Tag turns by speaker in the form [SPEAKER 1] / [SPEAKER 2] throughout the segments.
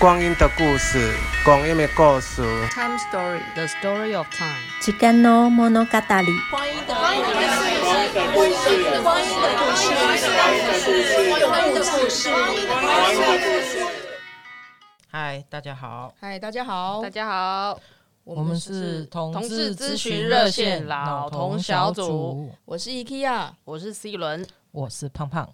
[SPEAKER 1] 光阴的故事，光阴的故事。
[SPEAKER 2] Time Story, the story of time.
[SPEAKER 3] 时间の物語。
[SPEAKER 2] 嗨，大家好，
[SPEAKER 4] 嗨，大家好，
[SPEAKER 5] 大家好，
[SPEAKER 2] 我们是同
[SPEAKER 5] 同
[SPEAKER 2] 志
[SPEAKER 5] 志
[SPEAKER 2] 咨
[SPEAKER 5] 咨
[SPEAKER 2] 询
[SPEAKER 5] 询
[SPEAKER 2] 热
[SPEAKER 5] 热
[SPEAKER 2] 线
[SPEAKER 5] 线
[SPEAKER 2] 老
[SPEAKER 5] 老
[SPEAKER 2] 同
[SPEAKER 5] 同
[SPEAKER 2] 小
[SPEAKER 5] 小
[SPEAKER 2] 组
[SPEAKER 5] 组，E
[SPEAKER 4] 我是 IKEA，
[SPEAKER 5] 我是 C 轮，
[SPEAKER 2] 我是胖胖。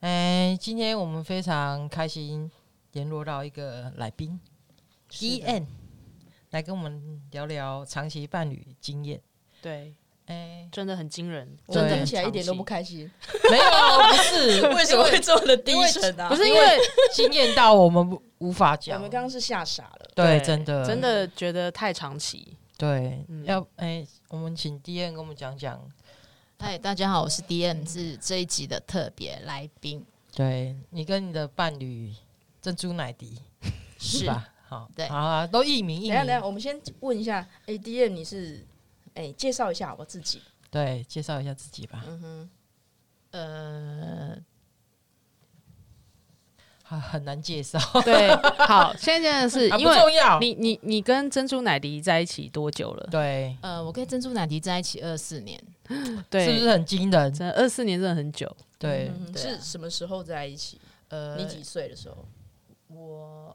[SPEAKER 2] 哎，今天我们非常开心联络到一个来宾
[SPEAKER 4] 的
[SPEAKER 2] E N，来跟我们聊聊长期伴侣经验。
[SPEAKER 5] 对，
[SPEAKER 2] 哎，
[SPEAKER 5] 真的很惊人，
[SPEAKER 4] 我
[SPEAKER 2] 对
[SPEAKER 5] 真的
[SPEAKER 4] 听
[SPEAKER 5] 很
[SPEAKER 4] 起来一点都不
[SPEAKER 5] 长期
[SPEAKER 4] 开心，
[SPEAKER 2] 没有，啊不是，
[SPEAKER 4] 为什么会这么的低沉啊？
[SPEAKER 5] 不是因
[SPEAKER 2] 因
[SPEAKER 5] 为
[SPEAKER 2] 为惊艳到我们不无法讲。
[SPEAKER 4] 我们刚刚是吓傻了，
[SPEAKER 2] 对，真的，
[SPEAKER 5] 真的觉得太长期，
[SPEAKER 2] 对，
[SPEAKER 5] 嗯
[SPEAKER 2] 要哎、我们请 D N 跟我们讲讲，
[SPEAKER 6] 嗨，大家好，我是 DM，是这一集的特别来宾。
[SPEAKER 2] 对你跟你的伴侣珍珠奶迪是
[SPEAKER 6] 是
[SPEAKER 2] 吧？好，
[SPEAKER 6] 对
[SPEAKER 2] 好啊，都艺名艺
[SPEAKER 4] 等一下等一下，
[SPEAKER 2] 名，
[SPEAKER 4] 我们先问一下，ADM 你是，哎，介绍一下我自己，
[SPEAKER 2] 对，介绍一下自己吧。
[SPEAKER 4] 嗯哼，
[SPEAKER 6] 呃，
[SPEAKER 2] 很很难介绍，
[SPEAKER 5] 对，好，现在真的是
[SPEAKER 2] 啊、
[SPEAKER 5] 因
[SPEAKER 2] 不重
[SPEAKER 5] 为
[SPEAKER 2] 要。
[SPEAKER 5] 你你你跟珍珠奶迪在一起多久了？
[SPEAKER 2] 对，
[SPEAKER 6] 呃，我跟珍珠奶迪在一起二四年，
[SPEAKER 5] 对，
[SPEAKER 2] 是不是很惊人？
[SPEAKER 5] 真的二四年真的很久，
[SPEAKER 2] 对，
[SPEAKER 4] 嗯哼
[SPEAKER 6] 对啊
[SPEAKER 4] 是什么时候在一起？
[SPEAKER 6] 呃，
[SPEAKER 4] 你几岁的时候？
[SPEAKER 6] 我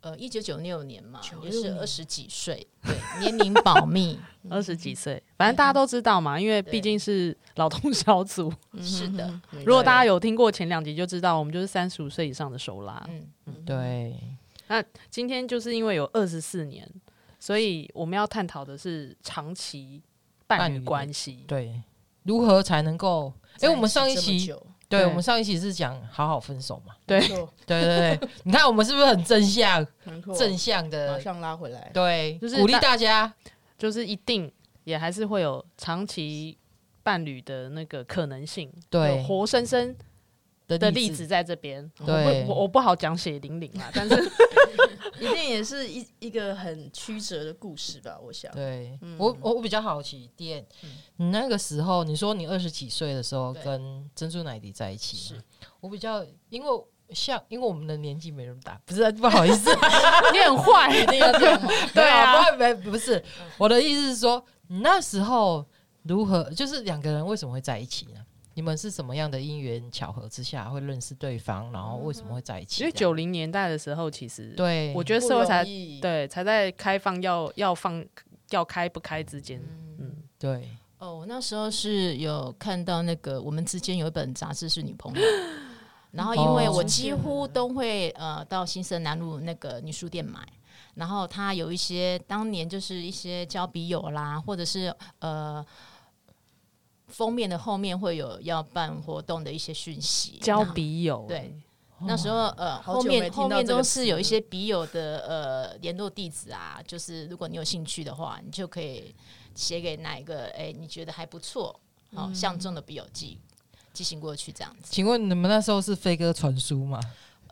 [SPEAKER 6] 呃一九九六年嘛，
[SPEAKER 4] 96
[SPEAKER 6] 就是
[SPEAKER 4] 年
[SPEAKER 6] 二十几岁，对，年龄保 密，
[SPEAKER 5] 二十几岁，反正大家都知道嘛，因为毕竟是老同小组。
[SPEAKER 6] 嗯是的，
[SPEAKER 4] 没错
[SPEAKER 5] 如果大家有听过前两集，就知道我们就是三十五岁以上的熟拉。
[SPEAKER 6] 嗯，
[SPEAKER 2] 对，
[SPEAKER 5] 今天就是因为有二十四年，所以我们要探讨的是长期伴
[SPEAKER 2] 伴
[SPEAKER 5] 侣
[SPEAKER 2] 侣
[SPEAKER 5] 关系。
[SPEAKER 2] 对，如何才能够？哎、
[SPEAKER 4] 在一起
[SPEAKER 2] 我们上一
[SPEAKER 4] 这么
[SPEAKER 2] 期，
[SPEAKER 4] 久
[SPEAKER 2] 对
[SPEAKER 5] 对
[SPEAKER 2] 我们上一期是讲好好分手嘛？
[SPEAKER 5] 对
[SPEAKER 4] 没错
[SPEAKER 2] 对对 对，你看我们是不是很正向、
[SPEAKER 4] 没错，
[SPEAKER 2] 正向
[SPEAKER 4] 马
[SPEAKER 2] 的？
[SPEAKER 4] 上拉回来，
[SPEAKER 2] 对，
[SPEAKER 5] 就是
[SPEAKER 2] 鼓励
[SPEAKER 5] 大
[SPEAKER 2] 大家。
[SPEAKER 5] 就是一定也还是会有长期伴侣的那个可能性，
[SPEAKER 2] 对
[SPEAKER 5] 有活生生的
[SPEAKER 2] 的
[SPEAKER 5] 例子，在这边。我
[SPEAKER 2] 对
[SPEAKER 5] 不我我不好讲血淋淋啦， 但是
[SPEAKER 4] 一定也是一一个很曲折的故事吧？我想，
[SPEAKER 2] 对、我我我比较好奇，店、你那个时候，你说你二十几岁的时候
[SPEAKER 6] 对
[SPEAKER 2] 跟珍珠奶迪在一起嘛，我比较因为像因为我们的年纪没人大，不是啊不好意思，
[SPEAKER 5] 你很坏，对啊
[SPEAKER 2] 没有，不会没不是我的意思是说，你那时候如何就是两个人为什么会在一起呢？你们是什么样的因缘巧合之下会认识对方，然后为什么会在一起？
[SPEAKER 5] 因为九零年代的时候，其实
[SPEAKER 2] 对，
[SPEAKER 5] 我觉得社会才
[SPEAKER 4] 不容易
[SPEAKER 5] 对才在开放要要放要开不开之间，嗯，
[SPEAKER 2] 对
[SPEAKER 6] 哦，我那时候是有看到那个我们之间有一本杂志是女朋友。 然后，因为
[SPEAKER 2] 哦
[SPEAKER 6] 我几乎都会呃到新生南路那个女书店买，然后它有一些当年就是一些交笔友啦，或者是呃封面的后面会有要办活动的一些讯息。
[SPEAKER 5] 交
[SPEAKER 6] 那
[SPEAKER 5] 笔友啊
[SPEAKER 6] 对那时候呃，
[SPEAKER 4] 好
[SPEAKER 6] 后
[SPEAKER 4] 久没
[SPEAKER 6] 面
[SPEAKER 4] 听
[SPEAKER 6] 后
[SPEAKER 4] 到
[SPEAKER 6] 面
[SPEAKER 4] 这个
[SPEAKER 6] 都
[SPEAKER 4] 词
[SPEAKER 6] 是有一些笔友的呃联络地址啊，就是如果你有兴趣的话，你就可以写给哪一个哎、你觉得还不错，好、相中的笔友寄寄信过去这样子。
[SPEAKER 2] 请问你们那时候是飞鸽传书吗？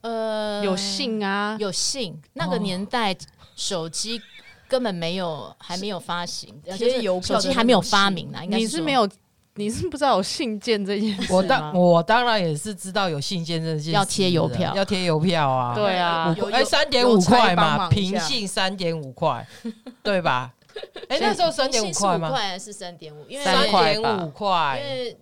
[SPEAKER 6] 呃，
[SPEAKER 5] 有信啊，
[SPEAKER 6] 有信，那个年代手机根本没有，还没有发行，呃
[SPEAKER 4] 贴
[SPEAKER 6] 就是
[SPEAKER 4] 邮票
[SPEAKER 6] 手
[SPEAKER 4] 的
[SPEAKER 6] 机
[SPEAKER 4] 那
[SPEAKER 6] 还没有
[SPEAKER 4] 种
[SPEAKER 6] 发
[SPEAKER 4] 信
[SPEAKER 6] 明呢，啊应该
[SPEAKER 5] 你是
[SPEAKER 6] 说
[SPEAKER 5] 没有你是不知道有信件这件事
[SPEAKER 2] 我
[SPEAKER 5] 吗
[SPEAKER 2] 当 我当然也是知道有信件这件事
[SPEAKER 6] 要贴邮票
[SPEAKER 2] 要贴邮票啊，
[SPEAKER 5] 对啊
[SPEAKER 2] 五
[SPEAKER 4] 有
[SPEAKER 2] 块哎
[SPEAKER 4] 有
[SPEAKER 2] 三点五
[SPEAKER 4] 有差
[SPEAKER 2] 块
[SPEAKER 4] 帮
[SPEAKER 2] 嘛，
[SPEAKER 4] 忙一
[SPEAKER 2] 平
[SPEAKER 4] 下
[SPEAKER 2] 信三点五块，对吧？哎，那时候三点五
[SPEAKER 6] 信是
[SPEAKER 2] 块
[SPEAKER 6] 5
[SPEAKER 2] 吗？
[SPEAKER 6] 块还是三点五？因为
[SPEAKER 5] 3
[SPEAKER 2] 三
[SPEAKER 5] 块
[SPEAKER 2] 点五
[SPEAKER 6] 因
[SPEAKER 2] 块
[SPEAKER 6] 为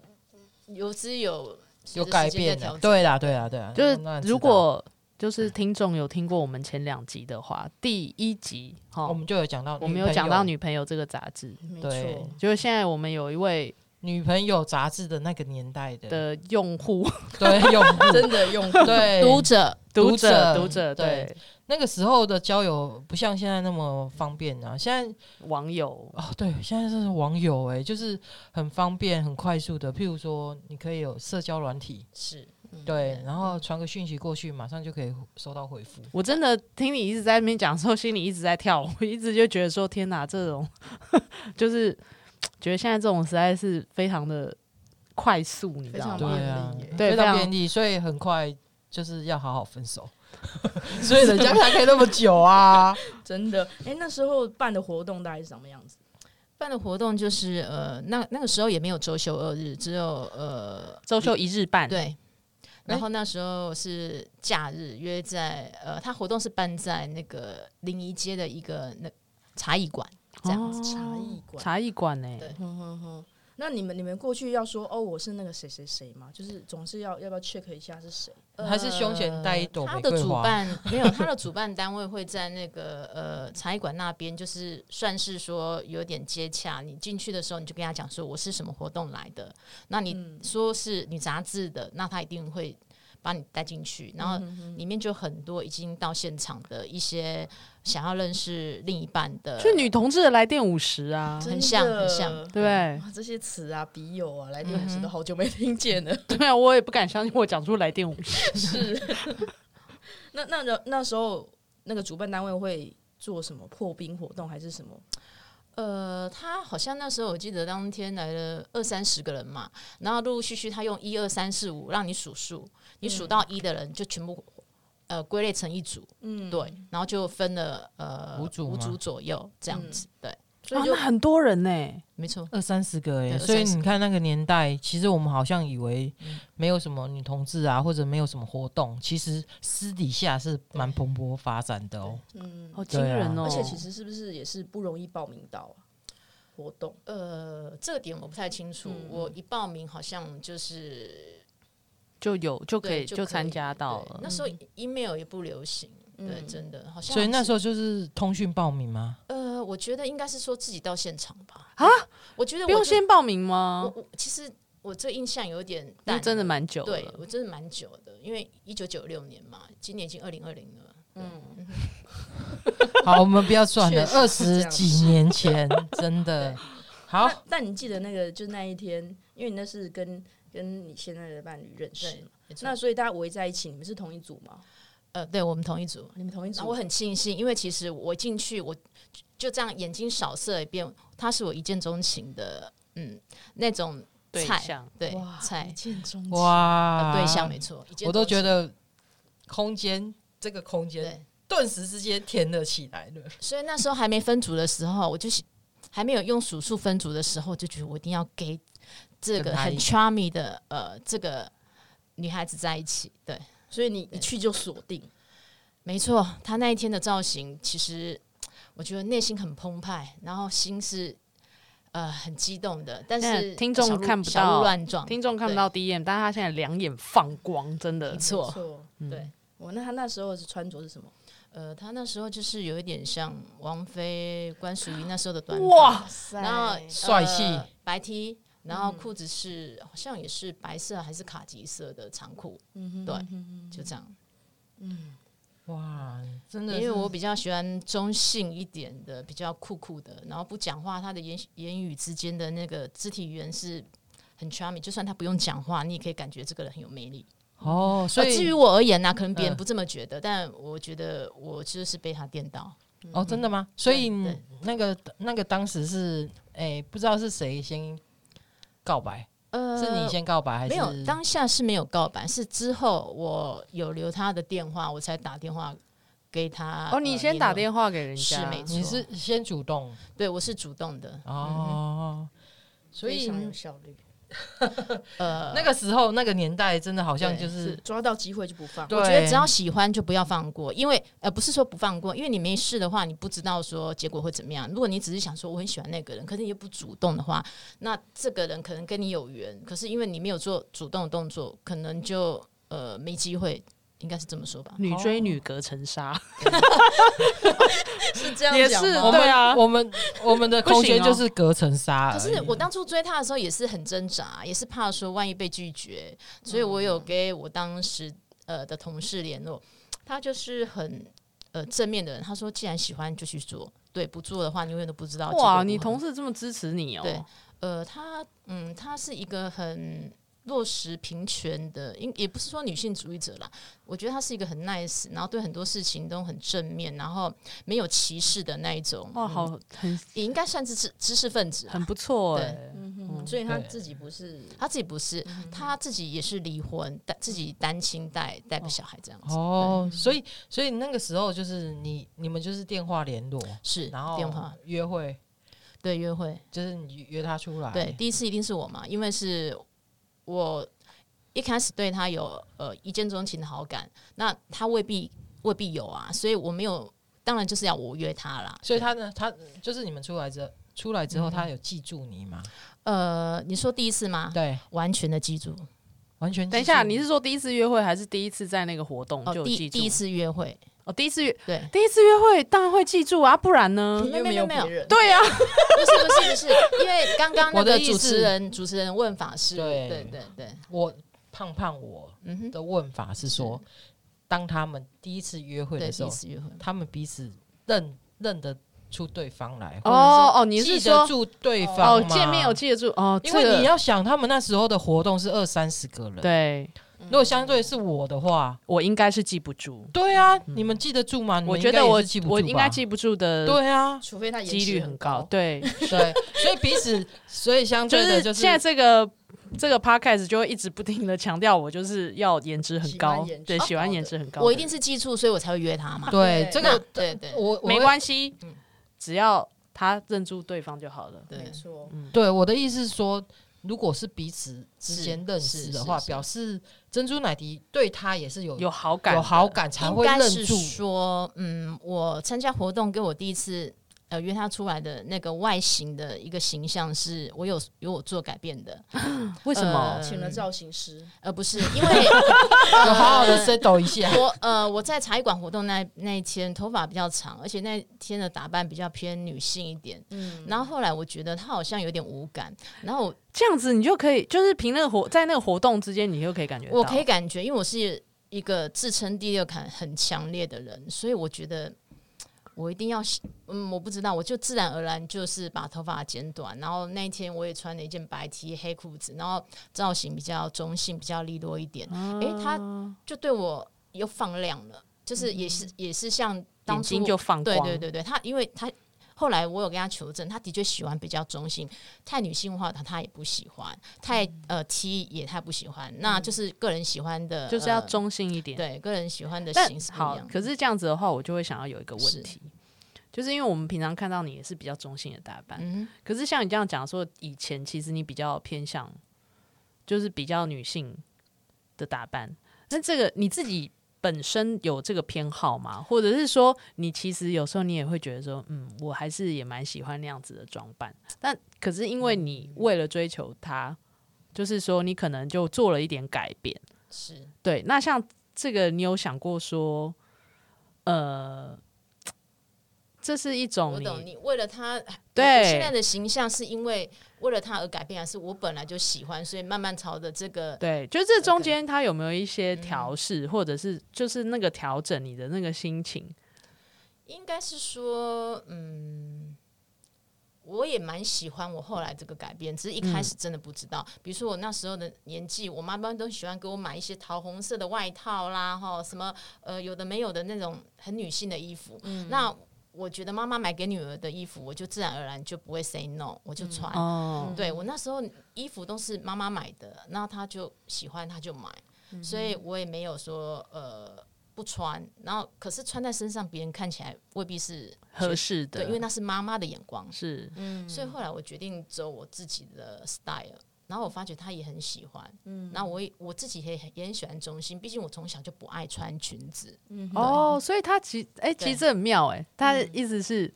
[SPEAKER 6] 游资有
[SPEAKER 2] 有改变
[SPEAKER 6] 的
[SPEAKER 2] 的，，对啦对啦对啦，
[SPEAKER 5] 就是
[SPEAKER 2] 那知道
[SPEAKER 5] 如果就是听众有听过我们前两集的话，第一集哈，
[SPEAKER 2] 我们就有讲到，
[SPEAKER 5] 我们有讲到女朋友这个杂志，
[SPEAKER 4] 没
[SPEAKER 2] 对
[SPEAKER 4] 错，
[SPEAKER 5] 就是现在我们有一位
[SPEAKER 2] 女朋友杂志的那个年代 的
[SPEAKER 5] 的用户
[SPEAKER 2] 对用户
[SPEAKER 4] 真的 用户
[SPEAKER 2] 对
[SPEAKER 6] 读者
[SPEAKER 5] 读
[SPEAKER 2] 者
[SPEAKER 5] 者读者
[SPEAKER 2] 对
[SPEAKER 5] 对
[SPEAKER 2] 那个时候的交友不像现在那么方便啊，现在
[SPEAKER 5] 网友
[SPEAKER 2] 哦，对，现在这是网友哎、就是很方便、很快速的。譬如说，你可以有社交软体，
[SPEAKER 6] 是
[SPEAKER 4] 嗯
[SPEAKER 2] 对，然后传个讯息过去，马上就可以收到回复。
[SPEAKER 5] 我真的听你一直在那边讲的时候，心里一直在跳， 我一直就觉得说天哪，这种 就是觉得现在这种实在是非常的快速，你知道
[SPEAKER 4] 非常
[SPEAKER 5] 吗？
[SPEAKER 2] 对
[SPEAKER 4] 便
[SPEAKER 2] 啊
[SPEAKER 4] 利耶，
[SPEAKER 5] 对
[SPEAKER 2] 非常
[SPEAKER 5] 非常
[SPEAKER 2] 便利，所以很快就是要好好分手， 所以人家才可以那么久啊。
[SPEAKER 4] 真的，哎、那时候办的活动大概是什么样子？
[SPEAKER 6] 办的活动就是呃，那那个时候也没有周休二日，只有呃
[SPEAKER 2] 哎
[SPEAKER 5] 周休一日半，
[SPEAKER 6] 对。然后那时候是假日，约在呃，他活动是办在那个临沂街的一个那茶艺馆这样子。
[SPEAKER 4] 茶艺馆
[SPEAKER 5] 茶艺馆欸呢？
[SPEAKER 6] 对
[SPEAKER 4] 哼哼哼，那你们你们过去要说哦，我是那个谁谁谁嘛，就是总是要要不要 check 一下是谁？
[SPEAKER 2] 还是胸前带一朵
[SPEAKER 6] 呃他
[SPEAKER 2] 玫
[SPEAKER 6] 的
[SPEAKER 2] 瑰
[SPEAKER 6] 主
[SPEAKER 2] 花？
[SPEAKER 6] 办没有，他的主办单位会在那个呃茶艺馆那边，就是算是说有点接洽。你进去的时候，你就跟他讲说我是什么活动来的，那
[SPEAKER 2] 嗯
[SPEAKER 4] 嗯
[SPEAKER 6] 你说是女杂志的，那他一定会把你带进去。然后
[SPEAKER 2] 嗯
[SPEAKER 4] 嗯
[SPEAKER 6] 里面就很多已经到现场的一些想要认识另一半的，
[SPEAKER 5] 就女同志的来电五十啊，
[SPEAKER 4] 嗯真的
[SPEAKER 6] 像很像嗯
[SPEAKER 5] 对
[SPEAKER 4] 哇，这些词啊，笔友啊，来电五十都好久没听见了。
[SPEAKER 5] 对啊，我也不敢相信我讲出来电五十。
[SPEAKER 4] 是，那那那那时候那个主办单位会做什么破冰活动还是什么？
[SPEAKER 6] 呃，他好像那时候我记得当天来了二三十个人嘛，然后陆陆续续他用一二三四五让你数数，你数到一的人就全部呃归类成一组，
[SPEAKER 4] 嗯，
[SPEAKER 6] 对，然后就分了呃
[SPEAKER 2] 五组吗
[SPEAKER 6] 左右这样子，嗯对，啊
[SPEAKER 4] 所以
[SPEAKER 5] 哇
[SPEAKER 4] 就
[SPEAKER 5] 啊那很多人呢、欸
[SPEAKER 6] 没错，
[SPEAKER 2] 二三十个哎、
[SPEAKER 6] 对
[SPEAKER 2] 所以
[SPEAKER 6] 20-30
[SPEAKER 2] 你看那个年代，其实我们好像以为
[SPEAKER 6] 嗯
[SPEAKER 2] 没有什么女同志啊，或者没有什么活动，其实私底下是蛮蓬勃发展的哦、
[SPEAKER 4] 嗯，
[SPEAKER 5] 好惊人哦、
[SPEAKER 4] 而且其实是不是也是不容易报名到、啊、活动？
[SPEAKER 6] 呃，这个点我不太清楚，
[SPEAKER 4] 嗯
[SPEAKER 6] 我一报名好像就是
[SPEAKER 5] 就有就可
[SPEAKER 6] 对
[SPEAKER 5] 以就参
[SPEAKER 6] 以
[SPEAKER 5] 加到
[SPEAKER 6] 对
[SPEAKER 5] 了
[SPEAKER 6] 那。时候 email 也不流行，对，真的好像
[SPEAKER 2] 所以那
[SPEAKER 6] 是
[SPEAKER 2] 时候就是通讯报名吗？
[SPEAKER 6] 呃，我觉得应该是说自己到现场吧，
[SPEAKER 5] 啊，
[SPEAKER 6] 我觉得
[SPEAKER 5] 不
[SPEAKER 6] 我
[SPEAKER 5] 用
[SPEAKER 6] 就
[SPEAKER 5] 先报名吗
[SPEAKER 6] 我？我其实我这印象有点
[SPEAKER 5] 那
[SPEAKER 6] 淡，
[SPEAKER 5] 哦真的蛮久
[SPEAKER 6] 对
[SPEAKER 5] 了。
[SPEAKER 6] 我真的蛮久的，因为一九九六年嘛，今年已经二零二零了。
[SPEAKER 2] 好，我们不要算了，二
[SPEAKER 4] 确实是
[SPEAKER 2] 十
[SPEAKER 4] 这样
[SPEAKER 2] 几年前，真的好
[SPEAKER 4] 那，但你记得那个就那一天，因为你那是跟跟你现在的伴侣认识
[SPEAKER 6] 对
[SPEAKER 4] 嘛，，
[SPEAKER 6] 没错
[SPEAKER 4] 那所以大家围在一起，你们是同一组吗？
[SPEAKER 6] 呃，对我们同一组。
[SPEAKER 4] 你们同一
[SPEAKER 6] 然
[SPEAKER 4] 组？
[SPEAKER 6] 后我很庆幸，因为其实我进去，我就就这样眼睛扫射一遍，他是我一见钟情的，嗯，那种
[SPEAKER 5] 对
[SPEAKER 6] 菜
[SPEAKER 5] 象
[SPEAKER 6] 对
[SPEAKER 4] 哇，一
[SPEAKER 6] 菜、
[SPEAKER 4] 见钟情，
[SPEAKER 2] 哇，
[SPEAKER 6] 呃对象没错，一见
[SPEAKER 2] 我都
[SPEAKER 6] 钟情
[SPEAKER 2] 觉得空间这个空间
[SPEAKER 6] 对。
[SPEAKER 2] 顿时之间填了起来了。
[SPEAKER 6] 所以那时候还没分组的时候，我就喜还没有用数数分组的时候，就觉得我一定要给这
[SPEAKER 2] 跟
[SPEAKER 6] 个
[SPEAKER 2] 她
[SPEAKER 6] 很
[SPEAKER 2] 一
[SPEAKER 6] charmy 的呃这个女孩子在一起。对，
[SPEAKER 4] 所以你一去就锁定。
[SPEAKER 6] 没错，她那一天的造型，其实我觉得内心很澎湃，然后心是呃很激动的，但是
[SPEAKER 5] 但听众
[SPEAKER 6] 小鹿
[SPEAKER 5] 看不
[SPEAKER 6] 小鹿
[SPEAKER 5] 到
[SPEAKER 6] 乱撞，
[SPEAKER 5] 听众看不到 DM，但是他现在两眼放光，真的
[SPEAKER 6] 没。错。
[SPEAKER 4] 错，
[SPEAKER 6] 对，
[SPEAKER 4] 我那他那时候是穿着是什么？
[SPEAKER 6] 呃，她那时候就是有一点像王菲、关淑怡那时候的短发。
[SPEAKER 5] 哇，
[SPEAKER 6] 然后呃
[SPEAKER 2] 帅气
[SPEAKER 6] 白 T，然
[SPEAKER 5] 嗯
[SPEAKER 6] 后裤子是、好像也是白色还是卡其色的长裤，
[SPEAKER 5] 嗯
[SPEAKER 6] 对，就这样。
[SPEAKER 2] 哇，真的
[SPEAKER 6] 因为
[SPEAKER 2] 是，
[SPEAKER 6] 我比较喜欢中性一点的，比较酷酷的，然后不讲话，他的言言语之间的那个肢体语言是。很 charming，就算他不用讲话，你也可以感觉这个人很有魅力。
[SPEAKER 2] 哦，所
[SPEAKER 6] 呃至于
[SPEAKER 2] 以
[SPEAKER 6] 我而言呢、可能别人
[SPEAKER 2] 嗯
[SPEAKER 6] 不这么觉得，但我觉得我就是被他电到。
[SPEAKER 2] 哦，真的吗？所以
[SPEAKER 6] 嗯对
[SPEAKER 2] 你那个那个当时是哎、不知道是谁先告白，
[SPEAKER 6] 呃
[SPEAKER 2] 是你先告白还是
[SPEAKER 6] 没有，当下是没有告白，是之后我有留他的电话，我才打电话给他。呃
[SPEAKER 5] 哦，你先打电
[SPEAKER 6] 话，
[SPEAKER 5] 话给人
[SPEAKER 6] 是
[SPEAKER 5] 家，
[SPEAKER 6] 没错，
[SPEAKER 2] 你是先主动
[SPEAKER 6] 对我是主动的。
[SPEAKER 2] 哦。所
[SPEAKER 4] 非
[SPEAKER 2] 以
[SPEAKER 4] 常有效率，
[SPEAKER 6] 呃，
[SPEAKER 2] 那个时候那个年代真的好像
[SPEAKER 6] 对
[SPEAKER 2] 就是
[SPEAKER 4] 抓到机会就不放。
[SPEAKER 2] 对
[SPEAKER 6] 我觉得只要喜欢就不要放过，因为呃不是说不放过，因为你没试的话，你不知道说结果会怎么样。如果你只是想说我很喜欢那个人，可是你又不主动的话，那这个人可能跟你有缘，可是因为你没有做主动的动作，可能就呃没机会，应该是这么说吧。
[SPEAKER 5] 女追女隔层纱，
[SPEAKER 4] 是这样
[SPEAKER 5] 也
[SPEAKER 4] 讲
[SPEAKER 5] 是
[SPEAKER 4] 吗
[SPEAKER 2] 我们、
[SPEAKER 5] 对啊
[SPEAKER 2] 我 们我们的空间
[SPEAKER 5] 不行哦
[SPEAKER 2] 就是隔层纱而
[SPEAKER 6] 可
[SPEAKER 2] 已。
[SPEAKER 6] 是我当初追他的时候也是很挣扎，也是怕说万一被拒绝，所以我有
[SPEAKER 5] 嗯
[SPEAKER 6] 给我当时呃的同事联络，他就是很呃正面的人，他说既然喜欢就去做，对，不做的话你永远都不知道结果如
[SPEAKER 5] 哇，
[SPEAKER 6] 何。
[SPEAKER 5] 你同事这么支持你哦、
[SPEAKER 6] 对呃他嗯他是一个很。落实平权的，因也不是说女性主义者啦，我觉得他是一个很 nice，然后对很多事情都很正面，然后没有歧视的那一种，嗯
[SPEAKER 5] 哇，好很
[SPEAKER 6] 也应该算是知知识分子啊
[SPEAKER 5] 很不错哎、
[SPEAKER 4] 嗯所以他自己不是嗯
[SPEAKER 6] 他自己不是，他自己也是离婚，带自己单亲带带个小孩这样子。
[SPEAKER 2] 哦，所以所以那个时候就是你你们就是电话联络，
[SPEAKER 6] 是
[SPEAKER 2] 然后
[SPEAKER 6] 电话
[SPEAKER 2] 约会，
[SPEAKER 6] 对约会，
[SPEAKER 2] 就是你约他出来，
[SPEAKER 6] 对第一次一定是我嘛，因为是我一开始对他有呃一见钟情的好感，那他未必未必有啊，所以我没有，当然就是要我约他啦。
[SPEAKER 2] 所以他呢，他就是你们出来之后，出来之
[SPEAKER 6] 嗯
[SPEAKER 2] 后，他有记住你吗？
[SPEAKER 6] 呃，你说第一次吗？
[SPEAKER 2] 对，
[SPEAKER 6] 完全的记住
[SPEAKER 2] 完全记住。
[SPEAKER 5] 等一下，你是说第一次约会，还是第一次在那个活动
[SPEAKER 6] 哦
[SPEAKER 5] 就，有
[SPEAKER 6] 第
[SPEAKER 5] 记住？
[SPEAKER 6] 第一次约 会，
[SPEAKER 5] 哦，第一次约
[SPEAKER 6] 对，
[SPEAKER 5] 第一次约会当然会记住啊，不然呢？
[SPEAKER 4] 因为 没有别人，
[SPEAKER 5] 对呀、
[SPEAKER 6] 不是不是不是，因为刚刚那
[SPEAKER 2] 我的
[SPEAKER 6] 个
[SPEAKER 2] 意思
[SPEAKER 6] 主持人主持人问法是，
[SPEAKER 2] 对
[SPEAKER 6] 对对对，
[SPEAKER 2] 我胖胖我
[SPEAKER 6] 嗯哼，
[SPEAKER 2] 的问法是说，当他们第一次约会
[SPEAKER 6] 对，
[SPEAKER 2] 的时
[SPEAKER 6] 第一
[SPEAKER 2] 候，
[SPEAKER 6] 次约会，
[SPEAKER 2] 他们彼此认认得出对方来，或者
[SPEAKER 5] 哦哦，你是
[SPEAKER 2] 记得
[SPEAKER 5] 说
[SPEAKER 2] 住对方
[SPEAKER 5] 哦
[SPEAKER 2] 吗
[SPEAKER 5] 见面有？记得住哦？
[SPEAKER 2] 因
[SPEAKER 5] 这
[SPEAKER 2] 为
[SPEAKER 5] 个
[SPEAKER 2] 你要想，他们那时候的活动是二三十个人，。
[SPEAKER 5] 对
[SPEAKER 2] 如果相对是我的话，
[SPEAKER 5] 我应该是记不住，
[SPEAKER 2] 对啊，你们记得住嗯吗？你们
[SPEAKER 5] 嗯我
[SPEAKER 2] 应
[SPEAKER 5] 觉
[SPEAKER 2] 该
[SPEAKER 5] 得
[SPEAKER 2] 也
[SPEAKER 5] 我
[SPEAKER 2] 是记不住
[SPEAKER 5] 我
[SPEAKER 2] 吧
[SPEAKER 5] 应该记不住的
[SPEAKER 2] 对啊，
[SPEAKER 4] 除非他颜值
[SPEAKER 5] 几率很高，，对，
[SPEAKER 2] 对，所以彼此，所以 相
[SPEAKER 5] 就
[SPEAKER 2] 对的
[SPEAKER 5] 是
[SPEAKER 2] 就是
[SPEAKER 5] 现在这个。这个 podcast 就会一直不停的强调我就是要颜值很高
[SPEAKER 4] 喜欢颜值，
[SPEAKER 5] 对，
[SPEAKER 4] 高
[SPEAKER 5] 喜欢
[SPEAKER 4] 的
[SPEAKER 5] 颜值很高的，
[SPEAKER 6] 哦我一定是记住，所以我才会约他嘛。
[SPEAKER 2] 对
[SPEAKER 4] 对
[SPEAKER 2] 这
[SPEAKER 6] 那
[SPEAKER 2] 个
[SPEAKER 6] 对对
[SPEAKER 2] 我我
[SPEAKER 5] 没
[SPEAKER 2] 会
[SPEAKER 5] 关系
[SPEAKER 6] 嗯，
[SPEAKER 5] 只要他认出对方就好了。
[SPEAKER 6] 对
[SPEAKER 4] 没，错，
[SPEAKER 2] 对，我的意思是说，如果是彼此之
[SPEAKER 6] 是
[SPEAKER 2] 间认
[SPEAKER 6] 是
[SPEAKER 2] 识
[SPEAKER 6] 是
[SPEAKER 2] 的话，
[SPEAKER 6] 是
[SPEAKER 2] 表示珍珠奶迪对他也是有
[SPEAKER 5] 有好感，
[SPEAKER 2] 有好，感才
[SPEAKER 6] 应
[SPEAKER 2] 会
[SPEAKER 6] 该
[SPEAKER 2] 认
[SPEAKER 6] 是
[SPEAKER 2] 住。
[SPEAKER 6] 说，嗯，我参加活动跟我第一次呃约他出来的那个外形的一个形象是，我有有我做改变的，
[SPEAKER 5] 为什么
[SPEAKER 6] 呃？
[SPEAKER 4] 请了造型师，
[SPEAKER 6] 而不是因为
[SPEAKER 2] 有好好的 settle 一下，
[SPEAKER 6] 我呃我在茶艺馆活动那那一天头发比较长，而且那天的打扮比较偏女性一点，
[SPEAKER 4] 嗯，
[SPEAKER 6] 然后后来我觉得他好像有点无感，然后我
[SPEAKER 5] 这样子你就可以，就是凭那个活，在那个活动之间，你就可以感觉到。
[SPEAKER 6] 我可以感觉，因为我是一个自称第六感很强烈的人，所以我觉得我一定要，嗯，我不知道，我就自然而然就是把头发剪短，然后那一天我也穿了一件白 T 黑裤子，然后造型比较中性，比较利落一点，
[SPEAKER 5] 啊
[SPEAKER 6] 诶，他就对我又放亮了，就是也是、也是像
[SPEAKER 5] 嗯
[SPEAKER 6] 当
[SPEAKER 5] 眼
[SPEAKER 6] 初
[SPEAKER 5] 睛就放
[SPEAKER 6] 对
[SPEAKER 5] 光，
[SPEAKER 6] 对对对，他因为他后来我有跟他求证，他的确喜欢比较中性，太女性化的他也不喜欢，太
[SPEAKER 5] 嗯
[SPEAKER 6] 呃 T 也太不喜欢，那就是个人喜欢的，
[SPEAKER 5] 就是要
[SPEAKER 6] 呃
[SPEAKER 5] 中性一点。
[SPEAKER 6] 对个人喜欢的
[SPEAKER 5] 但
[SPEAKER 6] 型是不一
[SPEAKER 5] 好
[SPEAKER 6] 样，的。
[SPEAKER 5] 可是这样子的话，我就会想要有一个
[SPEAKER 6] 是
[SPEAKER 5] 问题，就是因为我们平常看到你也是比较中性的打扮，
[SPEAKER 6] 嗯
[SPEAKER 5] 可是像你这样讲说，以前其实你比较偏向，就是比较女性的打扮。那这个你自己本身有这个偏好吗？或者是说，你其实有时候你也会觉得说，嗯，我还是也蛮喜欢那样子的装扮。但可是因为你为了追求它，就是说你可能就做了一点改变。
[SPEAKER 6] 是
[SPEAKER 5] 对，那像这个，你有想过说，呃，这是一种
[SPEAKER 6] 我懂你为了他，我
[SPEAKER 5] 对
[SPEAKER 6] 现在的形象是因为为了他而改变，还是我本来就喜欢，所以慢慢朝着这个
[SPEAKER 5] 对，就这中间它有没有一些调试，或者是就是那个调整你的那个心情？
[SPEAKER 6] 应该是说，嗯，我也蛮喜欢我后来这个改变，只是一开始真的不知道。比如说我那时候的年纪，我妈妈都喜欢给我买一些桃红色的外套啦，哈，什么呃有的没有的那种很女性的衣服。那我觉得妈妈买给女儿的衣服，我就自然而然就不会 say no，我就穿。
[SPEAKER 5] 哦，
[SPEAKER 6] 对我那时候衣服都是妈妈买的，那她就喜欢她就买，所以我也没有说呃不穿。然后可是穿在身上，别人看起来未必嗯是
[SPEAKER 5] 合适的，
[SPEAKER 6] 对，啊嗯因为那是妈妈的眼光，
[SPEAKER 5] 是
[SPEAKER 4] 嗯
[SPEAKER 6] 所以后来我决定走我自己的 style。然后我发觉她也很喜欢，嗯，那我也我自己也很也很喜欢中性，毕竟我从小就不爱穿裙子，
[SPEAKER 5] 哦，所以它其哎、其
[SPEAKER 6] 嗯对嗯
[SPEAKER 5] 实这很妙哎、它的意思是，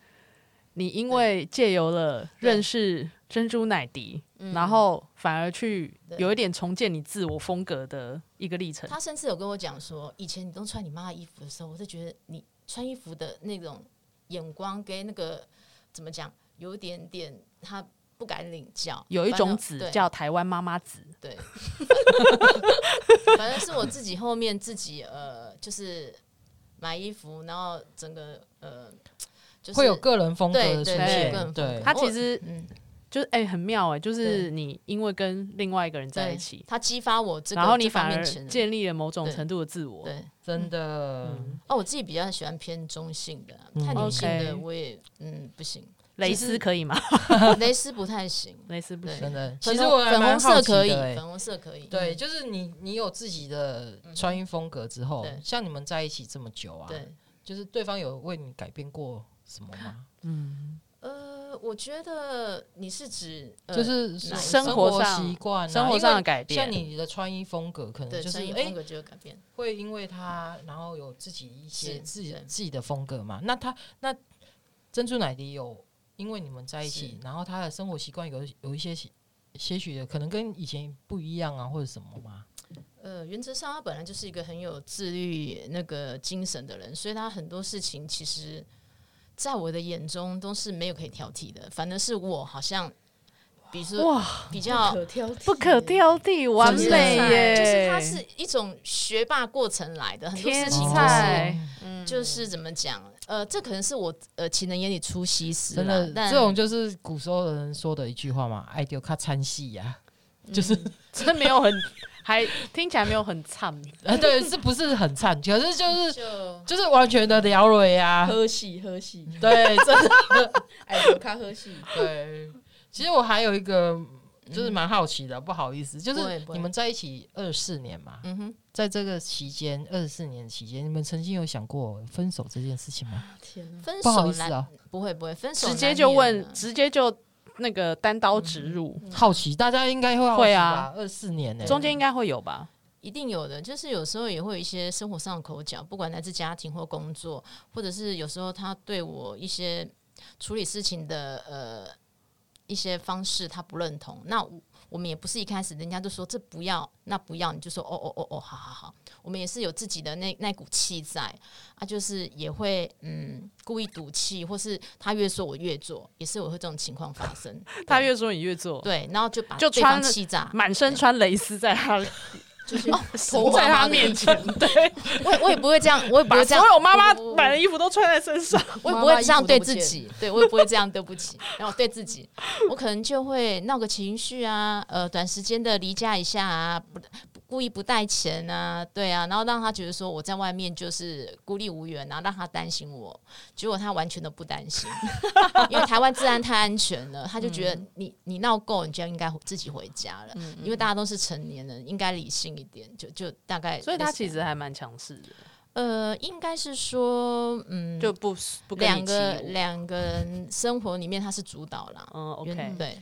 [SPEAKER 5] 你因为借由了
[SPEAKER 6] 对嗯
[SPEAKER 5] 认识珍珠奶迪，然后反而去
[SPEAKER 6] 对
[SPEAKER 5] 有一点重建你自我风格的一个历程。
[SPEAKER 6] 他甚至有跟我讲说，以前你都穿你妈的衣服的时候，我就觉得你穿衣服的那种眼光跟那个怎么讲，有一点点他不敢领教，
[SPEAKER 5] 有一
[SPEAKER 6] 反
[SPEAKER 5] 种
[SPEAKER 6] 而
[SPEAKER 5] 紫
[SPEAKER 6] 对
[SPEAKER 5] 叫台湾妈妈紫，
[SPEAKER 6] 对，反正是我自己后面自己呃，就是买衣服，然后整个呃，就是
[SPEAKER 2] 会有个人风格
[SPEAKER 6] 对对
[SPEAKER 2] 的出
[SPEAKER 6] 对
[SPEAKER 5] 对
[SPEAKER 6] 个人
[SPEAKER 2] 现。
[SPEAKER 6] 风格
[SPEAKER 2] 对，
[SPEAKER 5] 他其实
[SPEAKER 6] 嗯，
[SPEAKER 5] 就是哎、很妙哎、就是
[SPEAKER 6] 对
[SPEAKER 5] 你因为跟另外一个人在
[SPEAKER 6] 对
[SPEAKER 5] 一起，，
[SPEAKER 6] 他激发我这个
[SPEAKER 5] 然后你
[SPEAKER 6] 这方
[SPEAKER 5] 反
[SPEAKER 6] 面
[SPEAKER 5] 而
[SPEAKER 6] 潜能
[SPEAKER 5] 建立了某种
[SPEAKER 6] 对
[SPEAKER 5] 程度的自我。
[SPEAKER 6] 对。
[SPEAKER 2] 真的，
[SPEAKER 6] 哦，我自己比较喜欢偏中性的，
[SPEAKER 2] 嗯
[SPEAKER 6] 太女性
[SPEAKER 5] OK
[SPEAKER 6] 的我也嗯 不行，
[SPEAKER 5] 蕾
[SPEAKER 6] 其实
[SPEAKER 5] 丝可以吗？
[SPEAKER 6] 蕾丝不太行。
[SPEAKER 5] 蕾丝不
[SPEAKER 6] 对
[SPEAKER 5] 行。
[SPEAKER 2] 真的。
[SPEAKER 6] 粉
[SPEAKER 2] 其实
[SPEAKER 6] 红
[SPEAKER 2] 我还
[SPEAKER 6] 粉
[SPEAKER 2] 蛮
[SPEAKER 6] 红
[SPEAKER 2] 好
[SPEAKER 6] 色
[SPEAKER 2] 奇
[SPEAKER 6] 可以，
[SPEAKER 2] 的欸
[SPEAKER 6] 粉红色可以。
[SPEAKER 2] 对，
[SPEAKER 6] 嗯
[SPEAKER 2] 就是你，你有自己的穿衣风格之后
[SPEAKER 6] 对，
[SPEAKER 2] 像你们在一起这么久啊，
[SPEAKER 6] 对，
[SPEAKER 2] 就是对方有为你改变过什么吗？
[SPEAKER 6] 呃，呃，我觉得你是指、呃、
[SPEAKER 2] 就是
[SPEAKER 6] 哪一
[SPEAKER 2] 生
[SPEAKER 5] 种
[SPEAKER 2] 上习惯啊、
[SPEAKER 5] 生活上的改
[SPEAKER 2] 因为像
[SPEAKER 5] 变，
[SPEAKER 2] 你的穿衣风格，可能
[SPEAKER 6] 对
[SPEAKER 2] 就是
[SPEAKER 6] 声音
[SPEAKER 2] 哎、
[SPEAKER 6] 风格就有改变。
[SPEAKER 2] 会因为他，然后有自己一些
[SPEAKER 6] 是
[SPEAKER 2] 自己
[SPEAKER 6] 对
[SPEAKER 2] 自己的风格嘛。那他那珍珠奶迪有因为你们在一起
[SPEAKER 6] 是，
[SPEAKER 2] 然后他的生活习惯有有一些些些许的可能跟以前不一样啊，或者什么吗？
[SPEAKER 6] 呃，原则上他本来就是一个很有自律那个精神的人，所以他很多事情其实在我的眼中都是没有可以挑剔的，反而是我好像，比如说
[SPEAKER 5] 哇，
[SPEAKER 6] 比
[SPEAKER 4] 不
[SPEAKER 6] 较
[SPEAKER 4] 可挑剔，
[SPEAKER 5] 不可挑剔，完
[SPEAKER 6] 就是啊
[SPEAKER 5] 美耶！
[SPEAKER 6] 就是它是一种学霸过程来的，很多
[SPEAKER 5] 天
[SPEAKER 6] 事情
[SPEAKER 5] 青
[SPEAKER 6] 就
[SPEAKER 5] 菜
[SPEAKER 6] 是
[SPEAKER 4] 嗯，
[SPEAKER 6] 就是怎么讲，呃，这可能是我呃情人眼里出西施
[SPEAKER 2] 真
[SPEAKER 6] 啦
[SPEAKER 2] 的，
[SPEAKER 6] 但
[SPEAKER 2] 这种就是古时候的人说的一句话嘛，“爱丢卡参戏呀就是
[SPEAKER 4] 嗯
[SPEAKER 5] 真没有很，还听起来没有很惨，”，
[SPEAKER 2] 啊，对，是不是很惨？可是就是
[SPEAKER 6] 就
[SPEAKER 2] 就是完全的聊蕊呀，
[SPEAKER 4] 喝戏喝戏，
[SPEAKER 2] 对，真的
[SPEAKER 4] 哎，我看喝戏，
[SPEAKER 2] 对。其实我还有一个就是蛮好奇的，不好意思，就
[SPEAKER 6] 嗯不会
[SPEAKER 2] 是
[SPEAKER 6] 不会
[SPEAKER 2] 你们在一起二四年嘛，
[SPEAKER 6] 嗯哼，
[SPEAKER 2] 在这个期间，二十四年期间，你们曾经有想过分手这件事情吗？
[SPEAKER 4] 天哪，
[SPEAKER 6] 分
[SPEAKER 2] 不好
[SPEAKER 6] 手
[SPEAKER 2] 意思
[SPEAKER 6] 难、
[SPEAKER 2] 啊，
[SPEAKER 6] 不会不会分手
[SPEAKER 5] 直
[SPEAKER 6] 难
[SPEAKER 5] 接就
[SPEAKER 6] 免
[SPEAKER 5] 问，
[SPEAKER 6] 啊嗯
[SPEAKER 5] 直接就那个单刀直入，
[SPEAKER 2] 好奇，大家应该会好奇
[SPEAKER 5] 会
[SPEAKER 2] 吧
[SPEAKER 5] 啊？
[SPEAKER 2] 二四年呢、
[SPEAKER 5] 中间应该会有吧？
[SPEAKER 6] 一定有的，就是有时候也会有一些生活上的口角，不管来自家庭或工作，或者是有时候他对我一些处理事情的呃一些方式他不认同，那我我们也不是一开始人家就说这不要那不要，你就说哦哦哦哦，好好好，我们也是有自己的那那股气在啊，就是也会嗯故意赌气，或是他越说我越做，也是我会这种情况发 生，
[SPEAKER 5] 他越说你越做，
[SPEAKER 6] 对，然后就把
[SPEAKER 5] 就
[SPEAKER 6] 对方
[SPEAKER 5] 穿了
[SPEAKER 6] 气炸，
[SPEAKER 5] 满身穿蕾丝在他哦
[SPEAKER 4] 就是
[SPEAKER 5] 头在他面前，对，
[SPEAKER 6] 我也我也不会这样，我也不
[SPEAKER 5] 把
[SPEAKER 6] 会这样哦
[SPEAKER 5] 所，有妈妈
[SPEAKER 6] 不不不
[SPEAKER 5] 买的衣服都穿在身上。
[SPEAKER 6] 我也
[SPEAKER 4] 妈
[SPEAKER 6] 不
[SPEAKER 4] 妈
[SPEAKER 6] 会
[SPEAKER 4] 衣
[SPEAKER 6] 这样
[SPEAKER 4] 服
[SPEAKER 6] 对
[SPEAKER 4] 都不
[SPEAKER 6] 自
[SPEAKER 4] 见
[SPEAKER 6] 己，对我也不会这样对不起，然后对自己，我可能就会闹个情绪啊，呃，短时间的离家一下啊，不不故意不带钱啊，对啊，然后让他觉得说我在外面就是孤立无援啊，让他担心我，结果他完全都不担心，因为台湾治安太安全了，他就觉
[SPEAKER 4] 嗯
[SPEAKER 6] 得你你闹够，你就应该自己回家了，因为大家
[SPEAKER 4] 嗯
[SPEAKER 6] 都是成年人，应该理性一点，就就大概类似这
[SPEAKER 5] 所以
[SPEAKER 6] 样，
[SPEAKER 5] 他其实还蛮强势的，
[SPEAKER 6] 呃，应该是说，嗯，
[SPEAKER 5] 就不不跟
[SPEAKER 6] 两
[SPEAKER 5] 你起
[SPEAKER 6] 个
[SPEAKER 5] 舞
[SPEAKER 6] 两个人生活里面他是主导啦。
[SPEAKER 5] 嗯
[SPEAKER 6] 原
[SPEAKER 5] ，OK，
[SPEAKER 6] 对，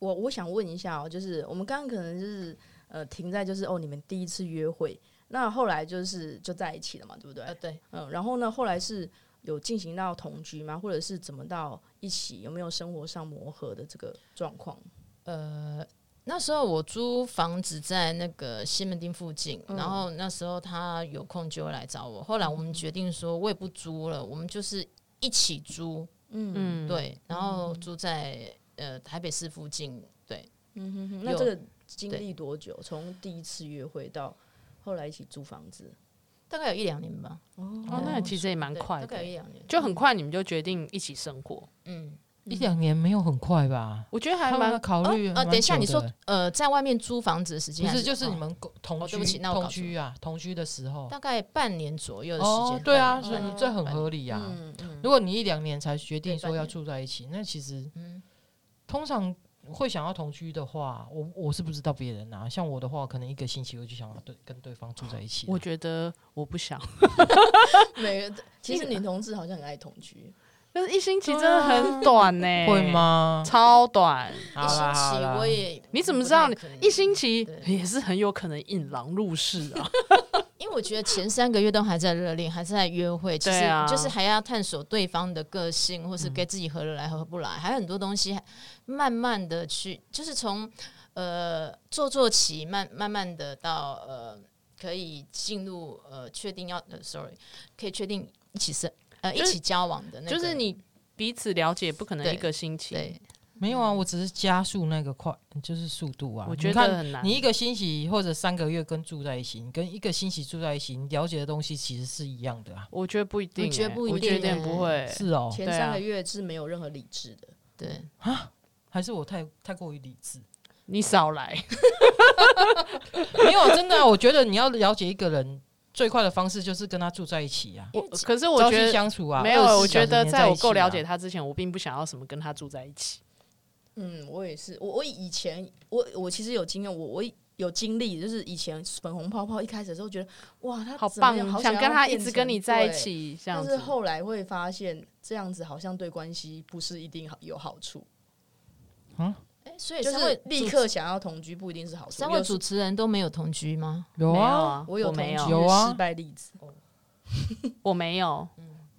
[SPEAKER 4] 我我想问一下哦，就是我们刚刚可能就是呃停在就是哦你们第一次约会，那后来就是就在一起了嘛，对不对？
[SPEAKER 6] 呃对，
[SPEAKER 4] 嗯，然后呢，后来是有进行到同居吗？或者是怎么到一起？有没有生活上磨合的这个状况？
[SPEAKER 6] 呃，那时候我租房子在那个西门町附近，
[SPEAKER 4] 嗯
[SPEAKER 6] 然后那时候他有空就会来找我。后来我
[SPEAKER 5] 嗯
[SPEAKER 6] 们决定说，我也不租了，我们就是一起租，
[SPEAKER 4] 嗯
[SPEAKER 5] 嗯，，
[SPEAKER 6] 对，然后租在呃台北市附近，对，
[SPEAKER 4] 嗯哼哼，那
[SPEAKER 6] 有
[SPEAKER 4] 这个经
[SPEAKER 6] 对
[SPEAKER 4] 历多久？从第一次约会到后来一起租房子，
[SPEAKER 6] 大概有一两年吧，
[SPEAKER 5] 哦，那其实也蛮
[SPEAKER 6] 对
[SPEAKER 5] 快
[SPEAKER 6] 大概有
[SPEAKER 5] 的，
[SPEAKER 6] 一两年，
[SPEAKER 5] 就很快你们就决定一起生活，
[SPEAKER 6] 嗯。
[SPEAKER 2] 一两年没有很快吧？
[SPEAKER 5] 我觉得还
[SPEAKER 2] 他们的
[SPEAKER 5] 蛮
[SPEAKER 2] 考
[SPEAKER 6] 哦
[SPEAKER 2] 虑、
[SPEAKER 6] 呃，等一下，你说呃，在外面租房子的时间
[SPEAKER 2] 不
[SPEAKER 6] 还
[SPEAKER 2] 是就是
[SPEAKER 6] 哦
[SPEAKER 2] 你们共同
[SPEAKER 6] 哦
[SPEAKER 2] 居、
[SPEAKER 6] 对不起那我搞
[SPEAKER 2] 同居啊，同居的时候
[SPEAKER 6] 大概半年左右的时间
[SPEAKER 2] 哦
[SPEAKER 6] 半，
[SPEAKER 2] 对啊，
[SPEAKER 6] 年
[SPEAKER 2] 所以
[SPEAKER 6] 半
[SPEAKER 2] 你
[SPEAKER 6] 年
[SPEAKER 2] 这很
[SPEAKER 6] 半年
[SPEAKER 2] 合理啊。
[SPEAKER 4] 嗯嗯
[SPEAKER 2] 如果你一两年才决定
[SPEAKER 4] 对半
[SPEAKER 2] 说要
[SPEAKER 4] 年
[SPEAKER 2] 住在一起，那其实
[SPEAKER 6] 嗯
[SPEAKER 2] 通常会想要同居的话，我我是不知道别人啊，像我的话，可能一个星期我就想要对跟对方住在一起了。
[SPEAKER 5] 我觉得我不想，
[SPEAKER 4] 每个其实女同志好像很爱同居，
[SPEAKER 5] 但是一星期真的很短呢、
[SPEAKER 2] 会？吗？
[SPEAKER 5] 超短，
[SPEAKER 2] 好
[SPEAKER 6] 一
[SPEAKER 2] 啦
[SPEAKER 6] 星
[SPEAKER 2] 好
[SPEAKER 6] 期
[SPEAKER 2] 啦
[SPEAKER 6] 我也
[SPEAKER 5] 你怎么
[SPEAKER 6] 不
[SPEAKER 5] 知道
[SPEAKER 6] 太
[SPEAKER 5] 你
[SPEAKER 6] 可能
[SPEAKER 5] 一星期
[SPEAKER 6] 嗯对
[SPEAKER 5] 也是很有可能引狼入室啊！
[SPEAKER 6] 因为我觉得前三个月都还在热恋，还在约会，其实
[SPEAKER 5] 对啊
[SPEAKER 6] 就是还要探索对方的个性，或是跟自己合得来合不来，还有很多东西，慢慢的去，就是从呃做做起，慢慢慢的到呃可以进入呃确定要呃 sorry 可以确定一起生呃一
[SPEAKER 5] 就是
[SPEAKER 6] 起交往的那个，
[SPEAKER 5] 就是你彼此了解，不可能
[SPEAKER 6] 对
[SPEAKER 5] 一个星期，
[SPEAKER 6] 对
[SPEAKER 2] 没有啊，我只是加速那个快，就是速度啊。
[SPEAKER 5] 我觉
[SPEAKER 2] 你
[SPEAKER 5] 得
[SPEAKER 2] 看
[SPEAKER 5] 很难。
[SPEAKER 2] 你一个星期或者三个月跟住在一起，你跟一个星期住在一起，你了解的东西其实是一样的啊。
[SPEAKER 5] 我觉得不一定欸、
[SPEAKER 6] 我觉得不一
[SPEAKER 5] 我觉得有
[SPEAKER 6] 定
[SPEAKER 5] 点
[SPEAKER 6] 欸
[SPEAKER 5] 不会。
[SPEAKER 2] 是哦，
[SPEAKER 4] 前
[SPEAKER 5] 对啊
[SPEAKER 4] 三个月是没有任何理智的。
[SPEAKER 6] 对。
[SPEAKER 2] 还是我太太过于理智？
[SPEAKER 5] 你少来，
[SPEAKER 2] 没有，真的啊、我觉得你要了解一个人最快的方式就是跟他住在一起啊，
[SPEAKER 5] 我可是我
[SPEAKER 2] 朝
[SPEAKER 5] 觉
[SPEAKER 2] 夕
[SPEAKER 5] 得
[SPEAKER 2] 相处啊。
[SPEAKER 5] 没有，我
[SPEAKER 2] 24
[SPEAKER 5] 觉得
[SPEAKER 2] 小时黏
[SPEAKER 5] 在
[SPEAKER 2] 在啊
[SPEAKER 5] 我够了解
[SPEAKER 2] 他，
[SPEAKER 5] 他之前，我并不想要什么跟他住在一起。
[SPEAKER 4] 嗯，我也是，我我以前我我其实有经验，我我以有经历，就是以前粉红泡泡一开始的时候觉得哇，他
[SPEAKER 5] 好
[SPEAKER 4] 怎么
[SPEAKER 5] 棒
[SPEAKER 4] 样，好
[SPEAKER 5] 想
[SPEAKER 4] 要
[SPEAKER 5] 跟他
[SPEAKER 4] 变
[SPEAKER 5] 一直跟
[SPEAKER 4] 成
[SPEAKER 5] 你在一
[SPEAKER 4] 对
[SPEAKER 5] 起这样
[SPEAKER 4] 但
[SPEAKER 5] 子。
[SPEAKER 4] 是后来会发现这样子好像对关系不是一定好有好处，
[SPEAKER 6] 哎所以
[SPEAKER 4] 就
[SPEAKER 6] 三位
[SPEAKER 4] 是立
[SPEAKER 6] 主
[SPEAKER 4] 刻想要同居不一定是好处。
[SPEAKER 6] 三位
[SPEAKER 4] 有时
[SPEAKER 6] 主持人都没有同居吗？
[SPEAKER 2] 有
[SPEAKER 5] 没有
[SPEAKER 2] 啊，
[SPEAKER 5] 啊，
[SPEAKER 4] 我有同
[SPEAKER 5] 没
[SPEAKER 4] 居
[SPEAKER 5] 有，
[SPEAKER 2] 有
[SPEAKER 4] 的
[SPEAKER 2] 啊
[SPEAKER 4] 失败例子，
[SPEAKER 5] 我没有，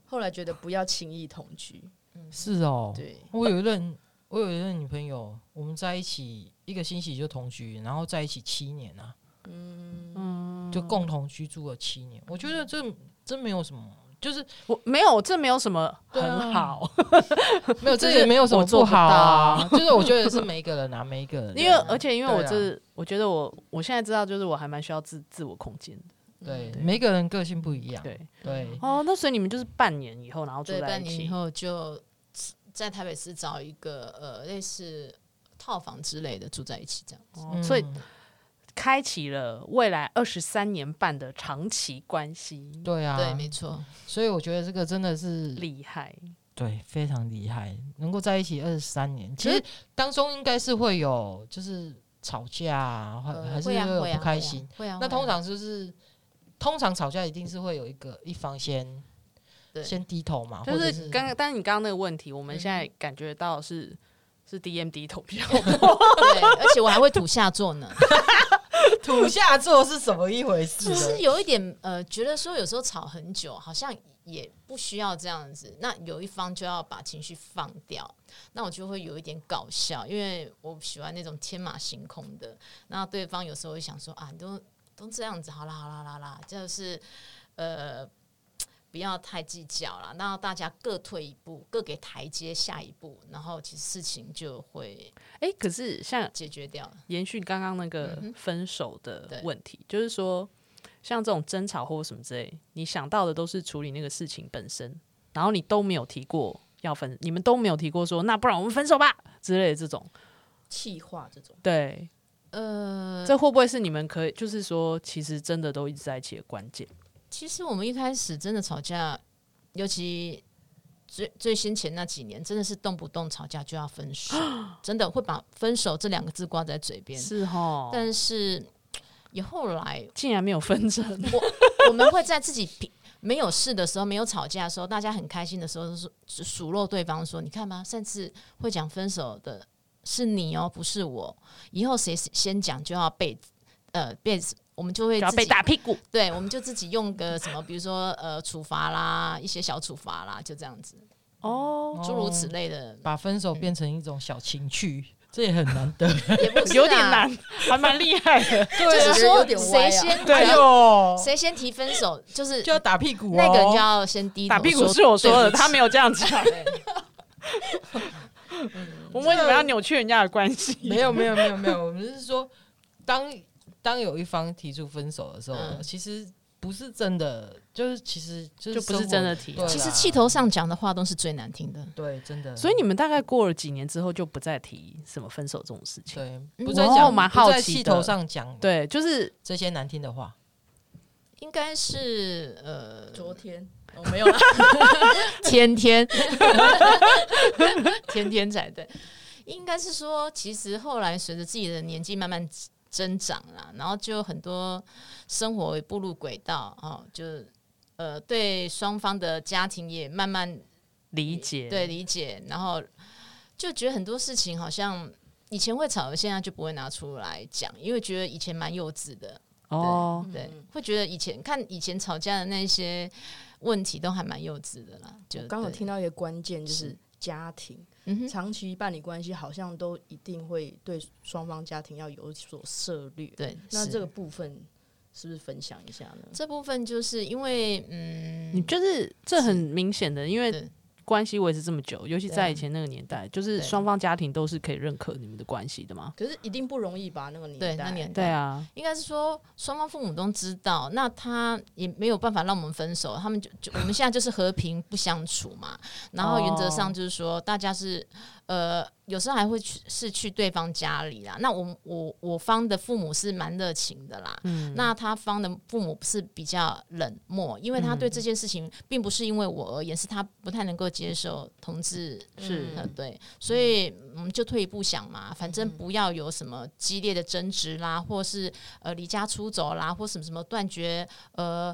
[SPEAKER 4] 后来觉得不要轻易同居，
[SPEAKER 2] 是哦。
[SPEAKER 4] 对，
[SPEAKER 2] 我有一任，我有一任女朋友，我们在一起一个星期就同居，然后在一起七年啊，嗯，就共同居住了七年。我
[SPEAKER 5] 嗯
[SPEAKER 2] 觉得这真没有什么， 就是
[SPEAKER 5] 我没有，这没有什么
[SPEAKER 2] 对啊
[SPEAKER 5] 很好，
[SPEAKER 2] 没有，
[SPEAKER 5] 就
[SPEAKER 2] 这
[SPEAKER 5] 是
[SPEAKER 2] 也没有什么不好啊
[SPEAKER 5] 我。
[SPEAKER 2] 就是我觉得是每一个人啊，每一个人，
[SPEAKER 5] 因为而且因为我
[SPEAKER 2] 对啊
[SPEAKER 5] 这、我觉得我我现在知道，就是我还蛮需要自自我空间的。
[SPEAKER 2] 对每一个人个性不一
[SPEAKER 5] 嗯
[SPEAKER 2] 样，
[SPEAKER 5] 对，
[SPEAKER 2] 对
[SPEAKER 5] 哦，那所以你们就是半年以后，然后住
[SPEAKER 6] 对，
[SPEAKER 5] 在
[SPEAKER 6] 半
[SPEAKER 5] 一
[SPEAKER 6] 年以
[SPEAKER 5] 起。
[SPEAKER 6] 后就在台北市找一个呃类似套房之类的住在一起，这样
[SPEAKER 2] 嗯
[SPEAKER 5] 哦所以开启了未来二十三年半的长期关系，
[SPEAKER 2] 对啊，
[SPEAKER 6] 对，没错，
[SPEAKER 2] 所以我觉得这个真的是
[SPEAKER 5] 厉害。
[SPEAKER 2] 对，非常厉害，能够在一起二十三年，其
[SPEAKER 5] 可是
[SPEAKER 2] 实当中应该是会有就是吵架啊，还、
[SPEAKER 6] 呃
[SPEAKER 2] 还是
[SPEAKER 6] 会啊
[SPEAKER 2] 有
[SPEAKER 6] 会啊
[SPEAKER 2] 不开心。，
[SPEAKER 6] 会啊。会啊
[SPEAKER 2] 那
[SPEAKER 6] 会啊
[SPEAKER 2] 通常就是通常吵架一定是会有一个一方先
[SPEAKER 6] 对
[SPEAKER 2] 先低头嘛，
[SPEAKER 5] 就
[SPEAKER 2] 哦或者
[SPEAKER 5] 是
[SPEAKER 2] 是
[SPEAKER 5] 刚刚，但是你刚刚那个问题，我们
[SPEAKER 6] 嗯
[SPEAKER 5] 现在感觉到是是 DMD 投票，
[SPEAKER 6] 对，而且我还会土下座呢，
[SPEAKER 2] 土下座是什么一回事
[SPEAKER 6] 只
[SPEAKER 2] 呢？
[SPEAKER 6] 是有一点呃，觉得说有时候吵很久，好像也不需要这样子。那有一方就要把情绪放掉，那我就会有一点搞笑，因为我喜欢那种天马行空的。那对方有时候会想说啊，你都都这样子，好啦好啦好啦好啦，就是呃。不要太计较了，那大家各退一步，各给台阶下一步，然后其实事情就会
[SPEAKER 5] 哎、可是像
[SPEAKER 6] 解决掉了。
[SPEAKER 5] 延续刚刚那个
[SPEAKER 6] 嗯哼
[SPEAKER 5] 分手的
[SPEAKER 6] 对
[SPEAKER 5] 问题，就是说，像这种争吵或什么之类，你想到的都是处理那个事情本身，然后你都没有提过要分，你们都没有提过说，那不然我们分手吧之类的这种。
[SPEAKER 4] 气化这种，
[SPEAKER 5] 对，
[SPEAKER 6] 呃，
[SPEAKER 5] 这会不会是你们可以，就是说，其实真的都一直在一起的关键？
[SPEAKER 6] 其实我们一开始真的吵架，尤其最最先前那几年，真的是动不动吵架就要 分手，真的会把“分手”这两个字挂在嘴边。
[SPEAKER 5] 是哦，
[SPEAKER 6] 但是也后来，
[SPEAKER 5] 竟然没有分成，
[SPEAKER 6] 我们会在自己平没有事的时候，没有吵数架的时候，大家很开心的时候，就是数数落对方说：“你看吧，甚至会讲分手的是你哦，不是我。以后谁先讲就要被呃被。”我们就会
[SPEAKER 5] 就要
[SPEAKER 6] 自
[SPEAKER 5] 被
[SPEAKER 6] 己
[SPEAKER 5] 打屁股。
[SPEAKER 6] 对，我们就自己用个什么，比如说呃处罚啦，一些小处罚啦，就这样子，
[SPEAKER 5] 哦，
[SPEAKER 2] 哦
[SPEAKER 6] 诸如此类的，
[SPEAKER 2] 把分手变成一种小情趣，
[SPEAKER 6] 嗯
[SPEAKER 2] 这也很难 得。
[SPEAKER 6] 也不是啊
[SPEAKER 5] 有点，难，还蛮厉害的。
[SPEAKER 6] 就
[SPEAKER 4] 啊
[SPEAKER 6] 是
[SPEAKER 4] 有
[SPEAKER 6] 说
[SPEAKER 4] 点歪
[SPEAKER 6] 谁
[SPEAKER 4] 啊
[SPEAKER 6] 先
[SPEAKER 2] 对
[SPEAKER 6] 提
[SPEAKER 2] 哟，
[SPEAKER 6] 谁先提分手，就是
[SPEAKER 2] 哎就要打屁股、哦，
[SPEAKER 6] 那个人就要先低头
[SPEAKER 5] 打屁股是我说的，
[SPEAKER 6] 对不起
[SPEAKER 5] 他没有这样讲。 我们为什么要扭曲人家的关 系？
[SPEAKER 2] 没有没有没有没有，我们是说，当当有一方提出分手的时候，
[SPEAKER 6] 嗯
[SPEAKER 2] 其实不是真的，就是其实就
[SPEAKER 5] 就不是
[SPEAKER 2] 生活
[SPEAKER 5] 真的提
[SPEAKER 2] 对啦啊
[SPEAKER 6] 其实气头上讲的话都是最难听的，
[SPEAKER 2] 对真的，
[SPEAKER 5] 所以你们大概过了几年之后，就不再提什么分手这种事情。
[SPEAKER 2] 对不
[SPEAKER 6] 我
[SPEAKER 2] 再
[SPEAKER 5] 我
[SPEAKER 2] 讲，
[SPEAKER 5] 蛮
[SPEAKER 2] 不
[SPEAKER 5] 好
[SPEAKER 2] 在
[SPEAKER 5] 奇
[SPEAKER 2] 气
[SPEAKER 5] 的
[SPEAKER 2] 头上讲
[SPEAKER 5] 对，就是
[SPEAKER 2] 这些难听的话，
[SPEAKER 6] 应该是呃
[SPEAKER 4] 昨天哦没有 啦，
[SPEAKER 6] 天天天天仔对，应该是说，其实后来随着自己的年纪慢慢增长啦，然后就很多生活也步入轨道哦，就呃对双方的家庭也慢慢
[SPEAKER 5] 理解，
[SPEAKER 6] 对理解，然后就觉得很多事情好像以前会吵，现在就不会拿出来讲，因为觉得以前蛮幼稚的，
[SPEAKER 5] 哦，
[SPEAKER 6] 对，会觉得以前看以前吵架的那些问题都还蛮幼稚的啦。就
[SPEAKER 4] 我刚好
[SPEAKER 6] 对，
[SPEAKER 4] 听到一个关键就是家庭，
[SPEAKER 6] 嗯哼，
[SPEAKER 4] 长期伴侣关系好像都一定会对双方家庭要有所涉略。
[SPEAKER 6] 对，
[SPEAKER 4] 那
[SPEAKER 6] 是
[SPEAKER 4] 这个部分是不是分享一下呢？
[SPEAKER 6] 这部分就是因为嗯，
[SPEAKER 5] 你就是这很明显的，因为
[SPEAKER 6] 对
[SPEAKER 5] 关系维持这么久，尤其
[SPEAKER 6] 对啊
[SPEAKER 5] 在以前那个年代，就是
[SPEAKER 6] 对
[SPEAKER 5] 双方家庭都是可以认可你们的关系的嘛。
[SPEAKER 4] 可是一定不容易吧？那个年代，
[SPEAKER 6] 对那年
[SPEAKER 5] 对
[SPEAKER 6] 代，
[SPEAKER 5] 啊，
[SPEAKER 6] 应该是说双方父母都知道，那他也没有办法让我们分手，他们就就我
[SPEAKER 5] 哦
[SPEAKER 6] 们现在就是和平不相处嘛。然后原则上就是说，大家是呃有时候还会去是去对方家里啦。那我我我方的父母是蛮热情的啦，
[SPEAKER 5] 嗯
[SPEAKER 6] 那他方的父母是比较冷漠，因为他
[SPEAKER 5] 嗯
[SPEAKER 6] 对这件事情并不是因为我而言，是他不太能够接受同志
[SPEAKER 5] 是
[SPEAKER 6] 呃，对，所以我们就退一步想嘛，反正不要有什么激烈的争执啦，或是呃离家出走啦，或什么什么断绝呃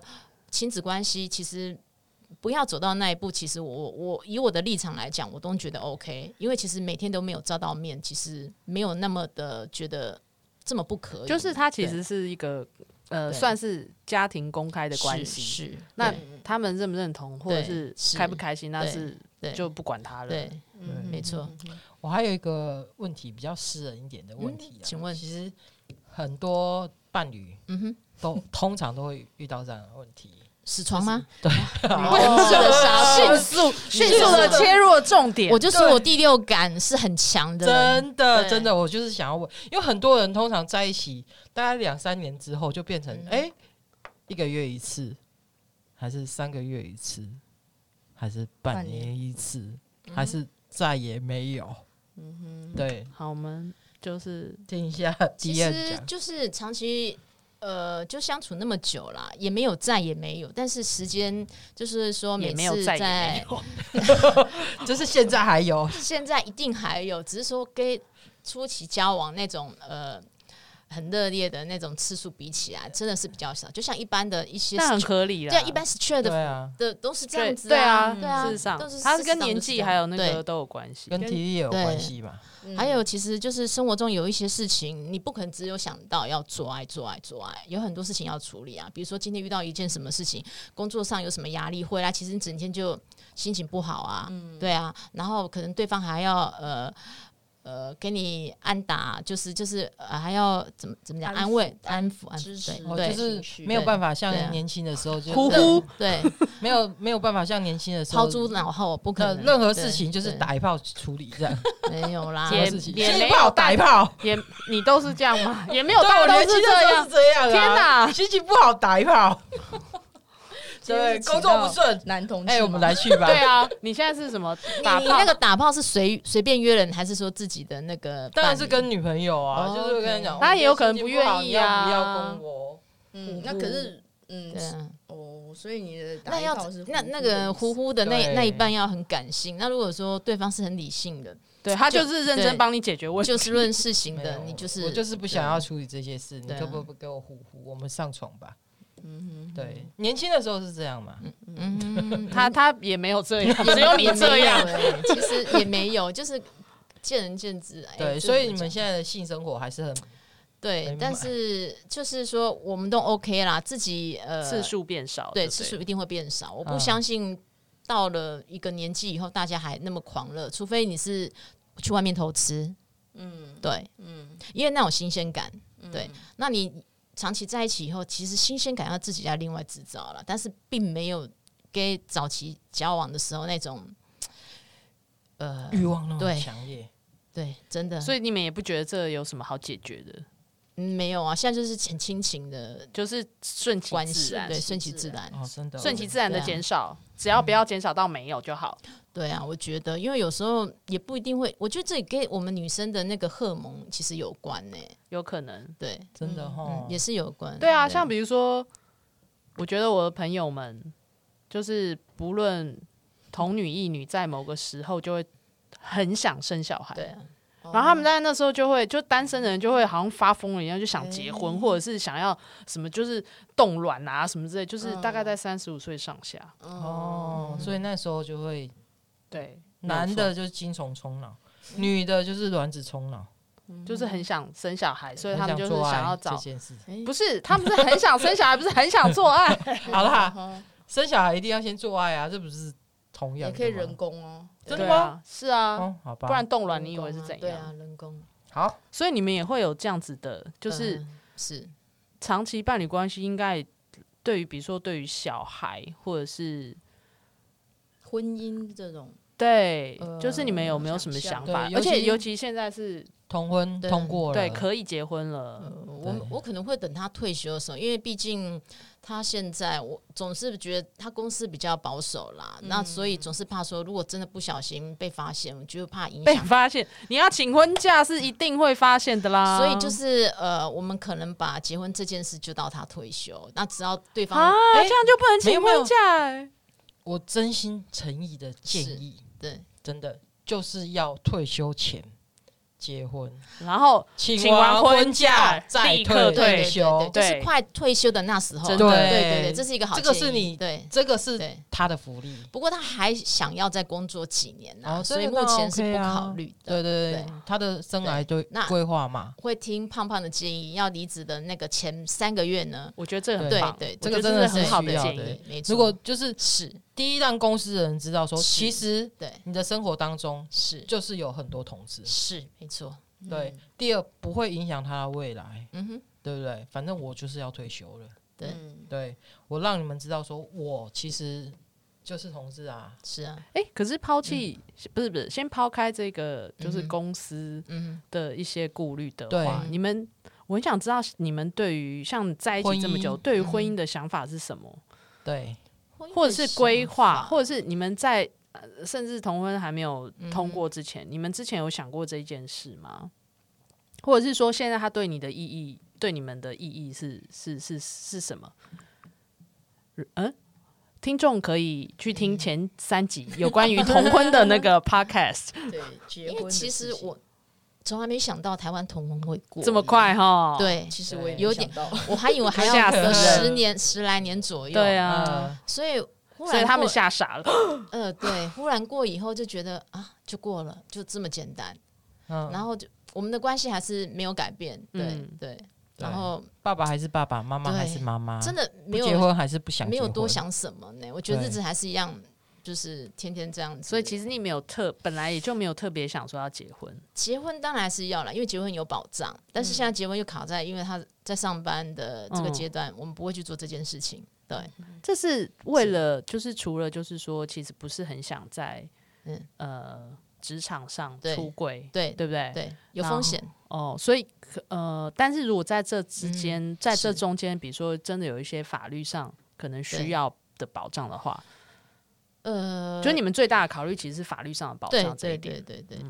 [SPEAKER 6] 亲子关系，其实不要走到那一步。其实我我以我的立场来讲，我都觉得 OK，因为其实每天都没有照到面，其实没有那么的觉得这么不可以，
[SPEAKER 5] 就是它其
[SPEAKER 6] 对
[SPEAKER 5] 实是一个呃，
[SPEAKER 6] 对
[SPEAKER 5] 算是家庭公开的关
[SPEAKER 6] 是
[SPEAKER 5] 系。
[SPEAKER 6] 是，
[SPEAKER 5] 那
[SPEAKER 6] 对
[SPEAKER 5] 他们认不认同，或者
[SPEAKER 6] 对
[SPEAKER 5] 是
[SPEAKER 6] 是
[SPEAKER 5] 开不开心，那
[SPEAKER 6] 对
[SPEAKER 5] 是
[SPEAKER 6] 对
[SPEAKER 5] 就不管他了。
[SPEAKER 6] 对，
[SPEAKER 4] 嗯
[SPEAKER 6] 没错，
[SPEAKER 2] 我还有一个问题，比较私人一点的问题、啊
[SPEAKER 6] 嗯请问
[SPEAKER 2] 其实很多伴侣
[SPEAKER 6] 嗯哼，
[SPEAKER 2] 都通常都会遇到这样的问题。
[SPEAKER 6] 死床吗？
[SPEAKER 5] 哦
[SPEAKER 6] 是的 杀
[SPEAKER 5] 迅
[SPEAKER 6] 手
[SPEAKER 5] 速迅速的切入了重点。
[SPEAKER 6] 我就说我第六感是很强的人，
[SPEAKER 2] 真的，
[SPEAKER 6] 对
[SPEAKER 2] 真的，我就是想要问，因为很多人通常在一起大概两三年之后，就变成哎、诶一个月一次，还是三个月一次，还是半
[SPEAKER 4] 半年
[SPEAKER 2] 年一次，还是再也没有。嗯哼，对，
[SPEAKER 5] 好，我们就是
[SPEAKER 2] 听一下
[SPEAKER 6] 其
[SPEAKER 2] 迪恩
[SPEAKER 6] 实
[SPEAKER 2] 讲，
[SPEAKER 6] 就是长期呃，就相处那么久啦，也没有在也没有，但是时间就是说每
[SPEAKER 5] 也没有
[SPEAKER 6] 次
[SPEAKER 5] 再
[SPEAKER 6] 在
[SPEAKER 5] 也没有。
[SPEAKER 2] 就是现在还有，
[SPEAKER 6] 现在一定还有，只是说跟初期交往那种呃。很热烈的那种次数比起来，真的是比较少。就像一般的一些
[SPEAKER 5] 那很合理了。
[SPEAKER 6] 对啊，一般 secure
[SPEAKER 2] 对
[SPEAKER 6] 的
[SPEAKER 2] 啊，
[SPEAKER 6] 的都是这
[SPEAKER 5] 对
[SPEAKER 6] 样子
[SPEAKER 5] 对
[SPEAKER 6] 啊，
[SPEAKER 5] 啊
[SPEAKER 6] 对啊，
[SPEAKER 5] 事实上
[SPEAKER 6] 都是，
[SPEAKER 5] 它
[SPEAKER 6] 事
[SPEAKER 5] 是
[SPEAKER 6] 实
[SPEAKER 5] 跟
[SPEAKER 6] 上
[SPEAKER 5] 年
[SPEAKER 6] 都是
[SPEAKER 5] 纪
[SPEAKER 6] 这样
[SPEAKER 5] 还有那
[SPEAKER 6] 对
[SPEAKER 5] 个都有关系。
[SPEAKER 2] 跟体力也有
[SPEAKER 6] 对
[SPEAKER 2] 关系嘛。
[SPEAKER 4] 嗯
[SPEAKER 6] 还有，其实就是生活中有一些事情，你不可能只有想到要做爱、做爱、做爱，有很多事情要处理啊。比如说今天遇到一件什么事情，工作上有什么压力，回来其实你整天就心情不好啊，
[SPEAKER 4] 嗯
[SPEAKER 6] 对啊。然后可能对方还要呃呃给你按打，就是就是、呃、还要怎么怎么讲
[SPEAKER 4] 安抚
[SPEAKER 6] 安慰、安抚、安
[SPEAKER 4] 支持
[SPEAKER 6] 抚，
[SPEAKER 2] 哦，
[SPEAKER 6] 对对
[SPEAKER 2] 就是
[SPEAKER 4] 情绪
[SPEAKER 2] 没有
[SPEAKER 6] 对
[SPEAKER 2] 办法像
[SPEAKER 6] 对啊
[SPEAKER 2] 年轻的时候就
[SPEAKER 5] 呼
[SPEAKER 2] 任
[SPEAKER 5] 呼，
[SPEAKER 6] 对，
[SPEAKER 2] 没有没有办法像年轻的时候
[SPEAKER 6] 抛诸脑后不可
[SPEAKER 2] 那
[SPEAKER 6] 能。
[SPEAKER 2] 呃任何
[SPEAKER 6] 对
[SPEAKER 2] 事情就是
[SPEAKER 6] 对
[SPEAKER 2] 打一炮处理这样，
[SPEAKER 6] 没有啦，
[SPEAKER 2] 任何
[SPEAKER 5] 也
[SPEAKER 2] 事情
[SPEAKER 5] 也
[SPEAKER 2] 吸
[SPEAKER 5] 没
[SPEAKER 2] 一
[SPEAKER 5] 有
[SPEAKER 2] 炮打一炮，
[SPEAKER 5] 也你都是这样 吗？也没有，
[SPEAKER 2] 对，
[SPEAKER 5] 哦
[SPEAKER 2] 啊
[SPEAKER 5] 大
[SPEAKER 2] 我
[SPEAKER 5] 家
[SPEAKER 2] 年
[SPEAKER 5] 都
[SPEAKER 2] 轻
[SPEAKER 5] 是这
[SPEAKER 2] 的时候
[SPEAKER 5] 样
[SPEAKER 2] 是。这样、啊，
[SPEAKER 5] 天哪
[SPEAKER 2] 心情不好打一炮，对，
[SPEAKER 4] 今天是
[SPEAKER 2] 工作不
[SPEAKER 4] 请到
[SPEAKER 2] 顺，
[SPEAKER 4] 男同志，
[SPEAKER 2] 哎、我们来，去 吧，
[SPEAKER 5] 对啊，你现在是什么打
[SPEAKER 6] 你
[SPEAKER 5] 炮
[SPEAKER 6] 那？个打炮是随随便约人，还是说自己的那个伴侣？
[SPEAKER 2] 当然是跟女朋友啊，
[SPEAKER 6] 哦
[SPEAKER 2] 就是会跟她讲，
[SPEAKER 5] OK 他也有可能
[SPEAKER 2] 不
[SPEAKER 5] 不愿意啊
[SPEAKER 2] 你要不要跟我？
[SPEAKER 4] 嗯，那可是，嗯
[SPEAKER 6] 对，啊，
[SPEAKER 4] 哦，所以你的打
[SPEAKER 6] 那
[SPEAKER 4] 一
[SPEAKER 6] 要
[SPEAKER 4] 炮是
[SPEAKER 6] 那那个
[SPEAKER 4] 呼
[SPEAKER 6] 呼呼的那
[SPEAKER 2] 对
[SPEAKER 6] 那一半要很感性。那如果说对方是很理性的，
[SPEAKER 5] 对他就是认真
[SPEAKER 6] 对
[SPEAKER 5] 帮你解决问题。
[SPEAKER 6] 就事论事型
[SPEAKER 2] 没
[SPEAKER 6] 的，
[SPEAKER 2] 有
[SPEAKER 6] 你就是
[SPEAKER 2] 我就是不想要处理这些事，你
[SPEAKER 6] 对啊
[SPEAKER 2] 可不可以给我呼呼？我们上床吧。嗯对，年轻的时候是这样嘛，
[SPEAKER 6] 嗯，
[SPEAKER 5] 他他也没有这样，只有你
[SPEAKER 6] 也
[SPEAKER 5] 这
[SPEAKER 6] 没有
[SPEAKER 5] 样。
[SPEAKER 6] 欸， 其实也没有，就是见仁见智。哎
[SPEAKER 2] 对，
[SPEAKER 6] 这
[SPEAKER 2] 所以
[SPEAKER 6] 怎么
[SPEAKER 2] 你
[SPEAKER 6] 讲
[SPEAKER 2] 们现在的性生活还是很
[SPEAKER 6] 对
[SPEAKER 2] 哎，
[SPEAKER 6] 但
[SPEAKER 2] 妈
[SPEAKER 6] 是就是说我们都 OK 啦，自己呃
[SPEAKER 5] 次数变少，
[SPEAKER 6] 对
[SPEAKER 5] 不
[SPEAKER 6] 次数一定会变少。我不
[SPEAKER 2] 嗯
[SPEAKER 6] 相信到了一个年纪以后，大家还那么狂热，除非你是去外面偷吃，嗯，对，嗯，因为那种新鲜感，对，那你长期在一起以后，其实新鲜感要自己要另外制造了，但是并没有跟早期交往的时候那种，呃，
[SPEAKER 2] 欲望那么
[SPEAKER 6] 对
[SPEAKER 2] 强烈。
[SPEAKER 6] 对，真的，
[SPEAKER 5] 所
[SPEAKER 6] 以、
[SPEAKER 5] 以你们也不觉得这有什么好解决的，
[SPEAKER 6] 没有啊，现在就是很亲情的
[SPEAKER 5] 就是顺其
[SPEAKER 6] 关
[SPEAKER 5] 自
[SPEAKER 6] 系，
[SPEAKER 5] 然，
[SPEAKER 6] 对，顺其自然，
[SPEAKER 2] 哦，真的，
[SPEAKER 5] 顺其自然的
[SPEAKER 6] 对啊
[SPEAKER 5] 减少，只要不要减少到没有就好。
[SPEAKER 6] 对啊，我觉得，因为有时候也不一定会，我觉得这也跟我们女生的那个荷尔蒙其实有关呢、
[SPEAKER 5] 有可能，
[SPEAKER 6] 对，
[SPEAKER 2] 真的哦哈
[SPEAKER 6] 嗯，，也是有关。
[SPEAKER 5] 对啊，像比如说，我觉得我的朋友们，就是不论童女异女，在某个时候就会很想生小孩，
[SPEAKER 6] 对啊，
[SPEAKER 5] 然后他们在那时候就会，就单身的人就会好像发疯了一样，就想结婚，或者是想要什么，就是冻卵啊什么之类，就是大概在三十五岁上下。
[SPEAKER 2] 哦，所以那时候就会
[SPEAKER 5] 对，
[SPEAKER 2] 男的就是精虫充脑，女的就是卵子充脑，
[SPEAKER 5] 就是很想生小孩，所以
[SPEAKER 2] 很
[SPEAKER 5] 他们就是
[SPEAKER 2] 做爱
[SPEAKER 5] 想要
[SPEAKER 2] 这
[SPEAKER 5] 找，
[SPEAKER 2] 件事。
[SPEAKER 5] 不是他们是很想生小孩，不是很想做爱。
[SPEAKER 2] 好啦，生小孩一定要先做爱啊，这不是同样
[SPEAKER 4] 也
[SPEAKER 2] 的
[SPEAKER 4] 可以
[SPEAKER 2] 吗
[SPEAKER 4] 人工哦，
[SPEAKER 2] 真
[SPEAKER 5] 对
[SPEAKER 2] 的
[SPEAKER 5] 啊
[SPEAKER 2] 吗？？
[SPEAKER 5] 是啊，
[SPEAKER 2] 哦，好吧，
[SPEAKER 5] 不然冻卵
[SPEAKER 4] 人
[SPEAKER 5] 你以为
[SPEAKER 4] 工
[SPEAKER 5] 是
[SPEAKER 4] 啊
[SPEAKER 5] 怎
[SPEAKER 6] 对
[SPEAKER 5] 样
[SPEAKER 6] 啊？，人工
[SPEAKER 2] 好，
[SPEAKER 5] 所以你们也会有这样子的，就是
[SPEAKER 6] 嗯是
[SPEAKER 5] 长期伴侣关系应该对于比如说对于小孩或者是
[SPEAKER 4] 婚姻这种
[SPEAKER 5] 对，
[SPEAKER 6] 呃
[SPEAKER 5] 就是你们有没有什么
[SPEAKER 6] 想
[SPEAKER 5] 想
[SPEAKER 6] 象
[SPEAKER 5] 法？
[SPEAKER 2] 对
[SPEAKER 5] 而且
[SPEAKER 2] 尤
[SPEAKER 5] 尤其现在是
[SPEAKER 2] 同婚
[SPEAKER 6] 对
[SPEAKER 2] 通过了，
[SPEAKER 5] 对可以结婚了，
[SPEAKER 6] 呃我我可能会等他退休的时候，因为毕竟他现在我总是觉得他公司比较保守啦，那所以总
[SPEAKER 2] 嗯
[SPEAKER 6] 是怕说，如果真的不小心被发现，我就怕影
[SPEAKER 5] 被
[SPEAKER 6] 响。
[SPEAKER 5] 发现，你要请婚假是一定会发现的啦。
[SPEAKER 6] 所以就是呃，我们可能把结婚这件事就到他退休，那只要对方、哎
[SPEAKER 5] 啊，这样就不能
[SPEAKER 2] 没有
[SPEAKER 5] 请
[SPEAKER 2] 没有
[SPEAKER 5] 婚假欸。
[SPEAKER 2] 我真心诚意的建
[SPEAKER 6] 是
[SPEAKER 2] 议，
[SPEAKER 6] 对
[SPEAKER 2] 真的就是要退休前结婚，
[SPEAKER 5] 然后
[SPEAKER 2] 请
[SPEAKER 5] 请完
[SPEAKER 2] 婚
[SPEAKER 5] 婚假
[SPEAKER 2] 再
[SPEAKER 5] 立刻
[SPEAKER 6] 对
[SPEAKER 5] 退
[SPEAKER 6] 对
[SPEAKER 2] 休
[SPEAKER 6] 对，对，就
[SPEAKER 5] 对
[SPEAKER 6] 是快退休的那时候，
[SPEAKER 5] 真
[SPEAKER 6] 对
[SPEAKER 5] 的
[SPEAKER 6] 对对，这是一个好
[SPEAKER 2] 这
[SPEAKER 6] 建议，
[SPEAKER 2] 个是你
[SPEAKER 6] 对
[SPEAKER 2] 这个是
[SPEAKER 6] 对。
[SPEAKER 2] 他的福利。
[SPEAKER 6] 不过他还想要再工作几年呢、
[SPEAKER 2] 哦
[SPEAKER 6] 所以
[SPEAKER 2] 真的
[SPEAKER 6] 目
[SPEAKER 2] 那
[SPEAKER 6] 前是
[SPEAKER 2] OK
[SPEAKER 6] 不
[SPEAKER 2] 啊
[SPEAKER 6] 考虑的。
[SPEAKER 2] 对对对
[SPEAKER 6] 对，
[SPEAKER 2] 他的生涯对
[SPEAKER 6] 那
[SPEAKER 2] 规划嘛，
[SPEAKER 6] 会听胖胖的建议，要离职的那个前三个月呢，
[SPEAKER 5] 我觉得这个
[SPEAKER 6] 对
[SPEAKER 5] 很棒，
[SPEAKER 6] 对
[SPEAKER 5] 我
[SPEAKER 2] 这
[SPEAKER 5] 觉
[SPEAKER 2] 个
[SPEAKER 5] 得
[SPEAKER 2] 真
[SPEAKER 5] 这
[SPEAKER 2] 的
[SPEAKER 5] 是很
[SPEAKER 2] 很
[SPEAKER 5] 好
[SPEAKER 2] 需
[SPEAKER 5] 的
[SPEAKER 2] 要
[SPEAKER 5] 建
[SPEAKER 2] 的
[SPEAKER 5] 议。
[SPEAKER 6] 对，没错。
[SPEAKER 2] 如果就是
[SPEAKER 6] 是
[SPEAKER 2] 第一让公司的人知道说，
[SPEAKER 6] 是
[SPEAKER 2] 其实
[SPEAKER 6] 对，
[SPEAKER 2] 你的生活当中
[SPEAKER 6] 是
[SPEAKER 2] 就是有很多同志，
[SPEAKER 6] 是没错，
[SPEAKER 2] 对。第二，不会影响他的未来，
[SPEAKER 6] 嗯哼，
[SPEAKER 2] 对不对？反正我就是要退休了，
[SPEAKER 6] 对，
[SPEAKER 4] 嗯
[SPEAKER 2] 对我让你们知道说，我其实就是同志啊，
[SPEAKER 6] 是啊，
[SPEAKER 5] 哎，可是抛弃不是不是，先抛开这个就是
[SPEAKER 6] 嗯哼
[SPEAKER 5] 公司
[SPEAKER 6] 嗯
[SPEAKER 5] 的一些顾虑的
[SPEAKER 2] 对
[SPEAKER 5] 话，你们我很想知道你们对于像在一
[SPEAKER 2] 婚
[SPEAKER 5] 起
[SPEAKER 2] 姻
[SPEAKER 5] 这么久，对于
[SPEAKER 6] 嗯
[SPEAKER 5] 婚姻的想法是什么？
[SPEAKER 2] 对，
[SPEAKER 6] 哼，
[SPEAKER 5] 或者是规划，或
[SPEAKER 6] 者
[SPEAKER 5] 者是你们在呃甚至同婚还没有
[SPEAKER 6] 嗯
[SPEAKER 5] 通过之前，你们之前有想过这件事吗？或者是说，现在它对你的意义，对你们的意义是是是是什么？嗯，听众可以去
[SPEAKER 6] 嗯
[SPEAKER 5] 听前三集有关于同婚的那个 podcast，
[SPEAKER 4] 对，结
[SPEAKER 6] 因
[SPEAKER 4] 婚
[SPEAKER 6] 为
[SPEAKER 4] 的
[SPEAKER 6] 其
[SPEAKER 4] 事
[SPEAKER 6] 实
[SPEAKER 4] 情
[SPEAKER 6] 我从来没想到台湾同盟会过
[SPEAKER 5] 这么，快哈？，
[SPEAKER 6] 对，
[SPEAKER 4] 其实我也
[SPEAKER 6] 有
[SPEAKER 4] 没
[SPEAKER 6] 点
[SPEAKER 4] 想到，
[SPEAKER 6] 我还以为还
[SPEAKER 5] 吓
[SPEAKER 6] 要
[SPEAKER 5] 死
[SPEAKER 6] 隔
[SPEAKER 2] 人
[SPEAKER 6] 十年十来年左右，
[SPEAKER 5] 对啊
[SPEAKER 2] 啊，
[SPEAKER 6] 所以嗯忽然
[SPEAKER 5] 所以他们
[SPEAKER 6] 过
[SPEAKER 5] 吓傻了。
[SPEAKER 6] 呃对，忽然过以后就觉得啊，就过了，就这么简单，
[SPEAKER 2] 嗯，
[SPEAKER 6] 然后就我们的关系还是没有改变，对
[SPEAKER 5] 嗯
[SPEAKER 6] 对，
[SPEAKER 2] 对
[SPEAKER 6] 然后
[SPEAKER 2] 爸爸还是爸爸，妈妈
[SPEAKER 6] 对
[SPEAKER 2] 还是妈妈，
[SPEAKER 6] 真的
[SPEAKER 2] 不
[SPEAKER 6] 没有
[SPEAKER 2] 结婚还是不想，
[SPEAKER 6] 没有多，想什么呢。我觉得
[SPEAKER 2] 对
[SPEAKER 6] 日子还是一样，就是天天这样子。
[SPEAKER 5] 所以其
[SPEAKER 6] 实
[SPEAKER 5] 实你没有特，本来也就没有特别想说要结婚。
[SPEAKER 6] 结婚当然还是要了，因为结婚有保障。但是现在结婚又卡在，因为他在上班的这个
[SPEAKER 5] 嗯
[SPEAKER 6] 阶段，我们不会去做这件事情。对，
[SPEAKER 5] 这是为了，就是除了就是说，其实不是很想在
[SPEAKER 6] 嗯
[SPEAKER 5] 呃职场上
[SPEAKER 6] 对
[SPEAKER 5] 出柜，
[SPEAKER 6] 对
[SPEAKER 5] 对不对？
[SPEAKER 6] 对，有
[SPEAKER 5] 然后
[SPEAKER 6] 风险。
[SPEAKER 5] 哦，所以呃，但是如果在这之间，在这
[SPEAKER 6] 嗯是
[SPEAKER 5] 中间，比如说真的有一些法律上可能需
[SPEAKER 6] 对
[SPEAKER 5] 要的保障的话，
[SPEAKER 6] 呃，
[SPEAKER 5] 就你们最大的考虑其实是法律上的保
[SPEAKER 6] 对
[SPEAKER 5] 障这一
[SPEAKER 6] 对
[SPEAKER 5] 点。
[SPEAKER 6] 对对对，
[SPEAKER 2] 对，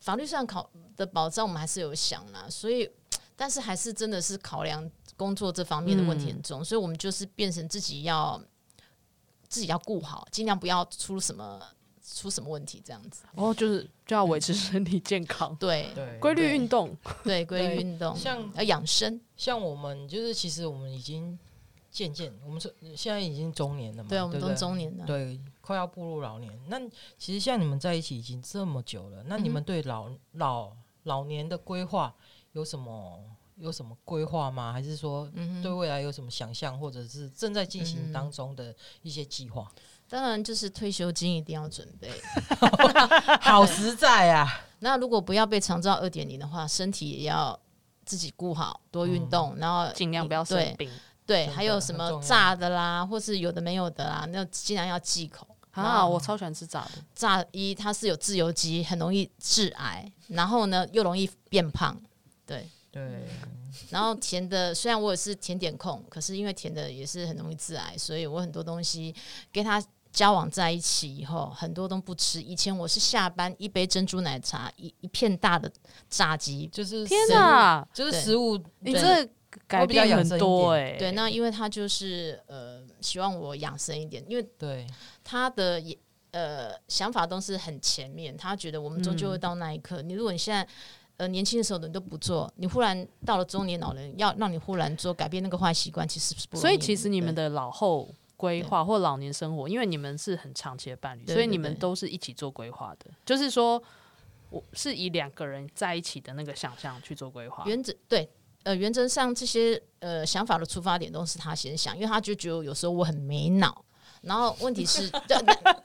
[SPEAKER 6] 法律上考的保障我们还是有想啦，所以但是还是真的是考量工作这方面的问题很重，所以我们就是变成自己要自己要顾好，尽量不要出什么出什么问题这样子。
[SPEAKER 5] 哦，就是就要维持身体健康，
[SPEAKER 6] 对
[SPEAKER 2] 对，
[SPEAKER 5] 规律
[SPEAKER 6] 嗯对呃
[SPEAKER 5] 运动。
[SPEAKER 6] 对，规律运动，
[SPEAKER 2] 像
[SPEAKER 6] 要养生。
[SPEAKER 2] 像我们就是，其实我们已经渐渐，我们是现在已经中年了嘛，
[SPEAKER 6] 对，
[SPEAKER 2] 对
[SPEAKER 6] 我
[SPEAKER 2] 不嗯对，
[SPEAKER 6] 们都中年
[SPEAKER 5] 嗯
[SPEAKER 6] 了。
[SPEAKER 2] 对，快要步入老年。那其实像你们在一起已经这么久了，那你
[SPEAKER 5] 嗯
[SPEAKER 2] 们对老、老老年的规划有什么有什么规划吗？还是说
[SPEAKER 6] 嗯
[SPEAKER 2] 对
[SPEAKER 6] 哼，
[SPEAKER 2] 未来有什么想象，或者是正在进行当中的一些计 划？
[SPEAKER 6] 当然就是退休金一定要准备。
[SPEAKER 2] 好实在 啊！
[SPEAKER 6] 那如果不要被长照二点零的话，身体也要自己顾好，多运动，然后
[SPEAKER 5] 尽量不要
[SPEAKER 6] 对
[SPEAKER 5] 生病
[SPEAKER 6] 对，
[SPEAKER 2] 真
[SPEAKER 6] 还
[SPEAKER 2] 的
[SPEAKER 6] 有
[SPEAKER 2] 很
[SPEAKER 6] 什
[SPEAKER 2] 重
[SPEAKER 6] 么
[SPEAKER 2] 要
[SPEAKER 6] 炸的啦，或是有的没有的啦，那尽量要忌口。
[SPEAKER 5] 啊！我超喜欢吃炸的，
[SPEAKER 6] 炸一它是有自由基，很容易致癌，然后呢又容易变胖。对，
[SPEAKER 2] 对，
[SPEAKER 6] 然后甜的虽然我也是甜点控，可是因为甜的也是很容易致癌，所以我很多东西跟他交往在一起以后，很多都不吃。以前我是下班一杯珍珠奶茶，一一片大的炸鸡。
[SPEAKER 2] 就是
[SPEAKER 5] 天
[SPEAKER 2] 食物，
[SPEAKER 5] 哪！
[SPEAKER 2] 就是
[SPEAKER 6] 对
[SPEAKER 2] 食物，
[SPEAKER 5] 你
[SPEAKER 6] 对
[SPEAKER 5] 这改
[SPEAKER 2] 我比较
[SPEAKER 5] 变
[SPEAKER 2] 养
[SPEAKER 5] 很
[SPEAKER 2] 生一
[SPEAKER 5] 多哎、
[SPEAKER 6] 对，那因为他就是呃，希望我养生一点，因为
[SPEAKER 2] 对
[SPEAKER 6] 他的也呃想法都是很前面，他觉得我们终究会到那一刻。你如果你现在呃年轻的时候你都不做，你忽然到了中年老人，要让你忽然做改变那个坏习惯，其实是不容易的。
[SPEAKER 5] 所以其实你们
[SPEAKER 6] 的
[SPEAKER 5] 的老后规划或老年生活，因为你们是很长期的伴侣，
[SPEAKER 6] 对
[SPEAKER 5] 所以
[SPEAKER 6] 对
[SPEAKER 5] 你们
[SPEAKER 6] 对
[SPEAKER 5] 都是一起做规划的。就是说，我是以两个人在一起的那个想象去做规划。
[SPEAKER 6] 原则对。呃，原则上这些呃想法的出发点都是他先想，因为他就觉得有时候我很没脑，然后问题是，对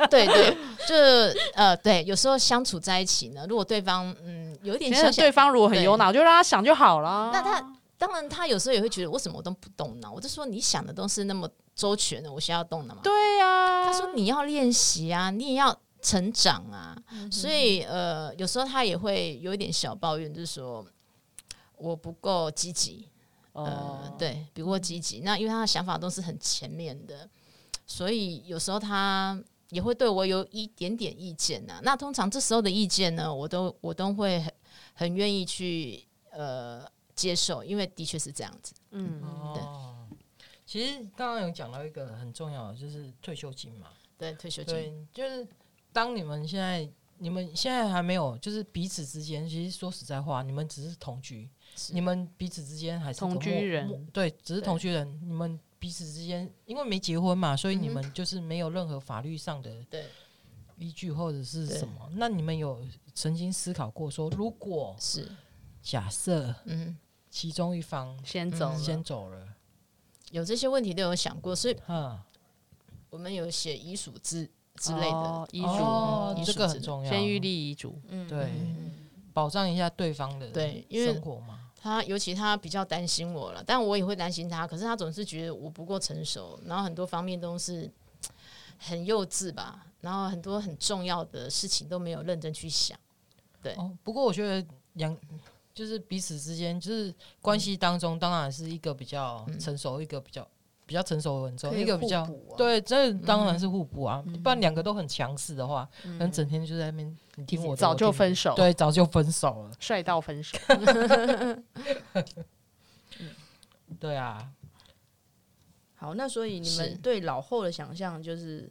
[SPEAKER 6] 对对，就呃对，有时候相处在一起呢，如果对方嗯有一点
[SPEAKER 5] 其
[SPEAKER 6] 小
[SPEAKER 5] 实
[SPEAKER 6] 小
[SPEAKER 5] 对方如果很
[SPEAKER 6] 对
[SPEAKER 5] 有脑，就让他想就好啦。
[SPEAKER 6] 那他呃当然，他有时候也会觉得为什么我都不动脑？我就说你想的都是那么周全的，我需要动脑吗？
[SPEAKER 5] 对呀、
[SPEAKER 6] 他说你要练习啊，你也要成长啊，所以呃，有时候他也会有一点小抱怨，就是说我不够积极，呃
[SPEAKER 5] 哦，，
[SPEAKER 6] 对，不够积极。嗯那因为他的想法都是很前面的，所以有时候他也会对我有一点点意见呐、那通常这时候的意见呢，我都我都会很很愿意去呃接受，因为的确是这样子。
[SPEAKER 5] 嗯，
[SPEAKER 2] 哦，其实刚刚有讲到一个很重要的，就是退休金嘛。
[SPEAKER 6] 对，退休金，
[SPEAKER 2] 对，就是当你们现在，你们现在还没有，就是彼此之间，其实说实在话，你们只是同居，
[SPEAKER 6] 是
[SPEAKER 2] 你们彼此之间还是个
[SPEAKER 5] 同居
[SPEAKER 2] 陌
[SPEAKER 5] 人
[SPEAKER 2] 陌对，只是同居人，你们彼此之间因为没结婚嘛，所以你
[SPEAKER 6] 嗯哼
[SPEAKER 2] 们就是没有任何法律上的
[SPEAKER 6] 对
[SPEAKER 2] 依据或者是
[SPEAKER 6] 对
[SPEAKER 2] 什么。那你们有曾经思考过说，如果
[SPEAKER 6] 是，
[SPEAKER 2] 假设
[SPEAKER 6] 嗯，
[SPEAKER 2] 其中一方
[SPEAKER 5] 先走了，
[SPEAKER 2] 先走了，
[SPEAKER 6] 有这些问题都有想过，所以
[SPEAKER 2] 嗯，
[SPEAKER 6] 我们有写遗属之之类的
[SPEAKER 5] 哦，遗嘱，
[SPEAKER 2] 哦
[SPEAKER 6] 遗
[SPEAKER 2] 这
[SPEAKER 6] 属
[SPEAKER 2] 个
[SPEAKER 6] 之
[SPEAKER 2] 很
[SPEAKER 6] 类
[SPEAKER 2] 重要，
[SPEAKER 5] 先预立遗嘱，
[SPEAKER 4] 嗯
[SPEAKER 2] 对
[SPEAKER 6] 嗯
[SPEAKER 2] 保障一下对方的
[SPEAKER 6] 对因为
[SPEAKER 2] 生活嘛。
[SPEAKER 6] 他尤其他比较担心我了，但我也会担心他。可是他总是觉得我不够成熟，然后很多方面都是很幼稚吧，然后很多很重要的事情都没有认真去想。对
[SPEAKER 2] 哦，不过我觉得两就是彼此之间，就是关系当中，当然是一个比较成熟，一个比较比较成熟稳重，
[SPEAKER 4] 可以
[SPEAKER 2] 一个比较
[SPEAKER 4] 互补啊
[SPEAKER 2] 对，这当然是互补啊。不然两个都很强势的话，那整天就在那边你听我的，
[SPEAKER 5] 早
[SPEAKER 2] 我听
[SPEAKER 5] 就
[SPEAKER 2] 你
[SPEAKER 5] 分
[SPEAKER 2] 的
[SPEAKER 5] 手，，
[SPEAKER 2] 对，早就分手了。
[SPEAKER 5] 帅到分手，
[SPEAKER 2] 对啊，
[SPEAKER 4] 好，那所以你
[SPEAKER 6] 是
[SPEAKER 4] 们对老后的想象就是，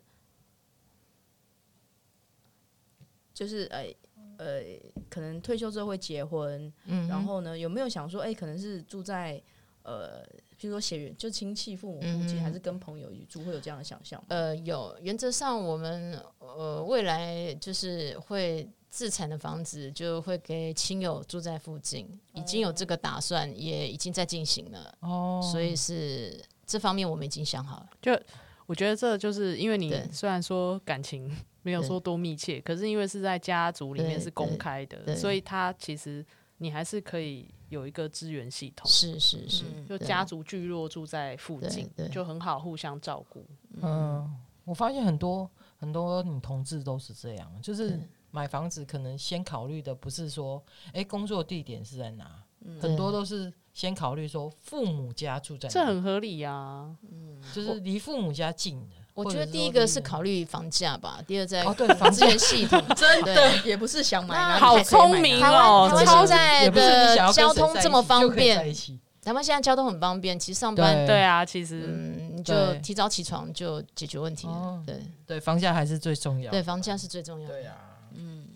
[SPEAKER 4] 就是哎呃可能退休之后会结婚，
[SPEAKER 6] 嗯
[SPEAKER 4] 然后呢有没有想说，哎、可能是住在呃，譬如说血缘就亲戚、父母附近，
[SPEAKER 6] 嗯
[SPEAKER 4] 还是跟朋友一起住，会有这样的想象吗？
[SPEAKER 6] 呃，有原则上我们呃未来就是会自产的房子就会给亲友住在附近，已经有这个打算，也已经在进行了，
[SPEAKER 2] 哦，
[SPEAKER 6] 所以是这方面我们已经想好了。
[SPEAKER 5] 我觉得这就是因为你
[SPEAKER 6] 对
[SPEAKER 5] 虽然说感情没有说多密切，可是因为是在家族里面
[SPEAKER 6] 对
[SPEAKER 5] 是公开的，
[SPEAKER 6] 对
[SPEAKER 5] 所以它其实你还是可以有一个支援系统，
[SPEAKER 6] 是是是，
[SPEAKER 4] 嗯
[SPEAKER 5] 就
[SPEAKER 6] 对
[SPEAKER 5] 家族聚落住在附近
[SPEAKER 6] 对，对
[SPEAKER 5] 就很好互相照顾。
[SPEAKER 2] 嗯，我发现很多很多女同志都是这样，就是
[SPEAKER 6] 对
[SPEAKER 2] 买房子可能先考虑的不是说，哎、工作地点是在哪，
[SPEAKER 6] 嗯对
[SPEAKER 2] 很多都是先考虑说父母家住在
[SPEAKER 5] 这
[SPEAKER 2] 哪，
[SPEAKER 5] 很合理啊呀、
[SPEAKER 2] 就是离父母家近的。
[SPEAKER 6] 我
[SPEAKER 2] 或
[SPEAKER 6] 觉
[SPEAKER 2] 者
[SPEAKER 6] 得
[SPEAKER 2] 是
[SPEAKER 6] 第一
[SPEAKER 2] 说
[SPEAKER 6] 个
[SPEAKER 2] 离
[SPEAKER 6] 是
[SPEAKER 2] 你
[SPEAKER 6] 考虑房价吧，第二在
[SPEAKER 2] 哦，对，房
[SPEAKER 6] 房
[SPEAKER 2] 子
[SPEAKER 6] 资源系统真的。
[SPEAKER 4] 也不是想买，
[SPEAKER 6] 那
[SPEAKER 4] 然后
[SPEAKER 5] 好
[SPEAKER 4] 就可以买
[SPEAKER 5] 聪明
[SPEAKER 6] 台
[SPEAKER 5] 哦
[SPEAKER 6] 湾啊台湾
[SPEAKER 5] 超
[SPEAKER 6] 现在
[SPEAKER 2] 也不是你
[SPEAKER 6] 的
[SPEAKER 2] 想要跟
[SPEAKER 6] 交
[SPEAKER 2] 谁
[SPEAKER 6] 通
[SPEAKER 2] 在一
[SPEAKER 6] 这么
[SPEAKER 2] 起
[SPEAKER 6] 方
[SPEAKER 2] 就可以在一
[SPEAKER 6] 便，
[SPEAKER 2] 起，
[SPEAKER 6] 台湾现在交通很方便，其实上班
[SPEAKER 2] 对
[SPEAKER 5] 对啊，其实、
[SPEAKER 6] 嗯，你就
[SPEAKER 2] 对
[SPEAKER 6] 提早起床就解决问题
[SPEAKER 2] 哦
[SPEAKER 6] 了。对
[SPEAKER 2] 对，房价还是最重要。
[SPEAKER 6] 对，房价是最重要的。
[SPEAKER 2] 对啊，嗯，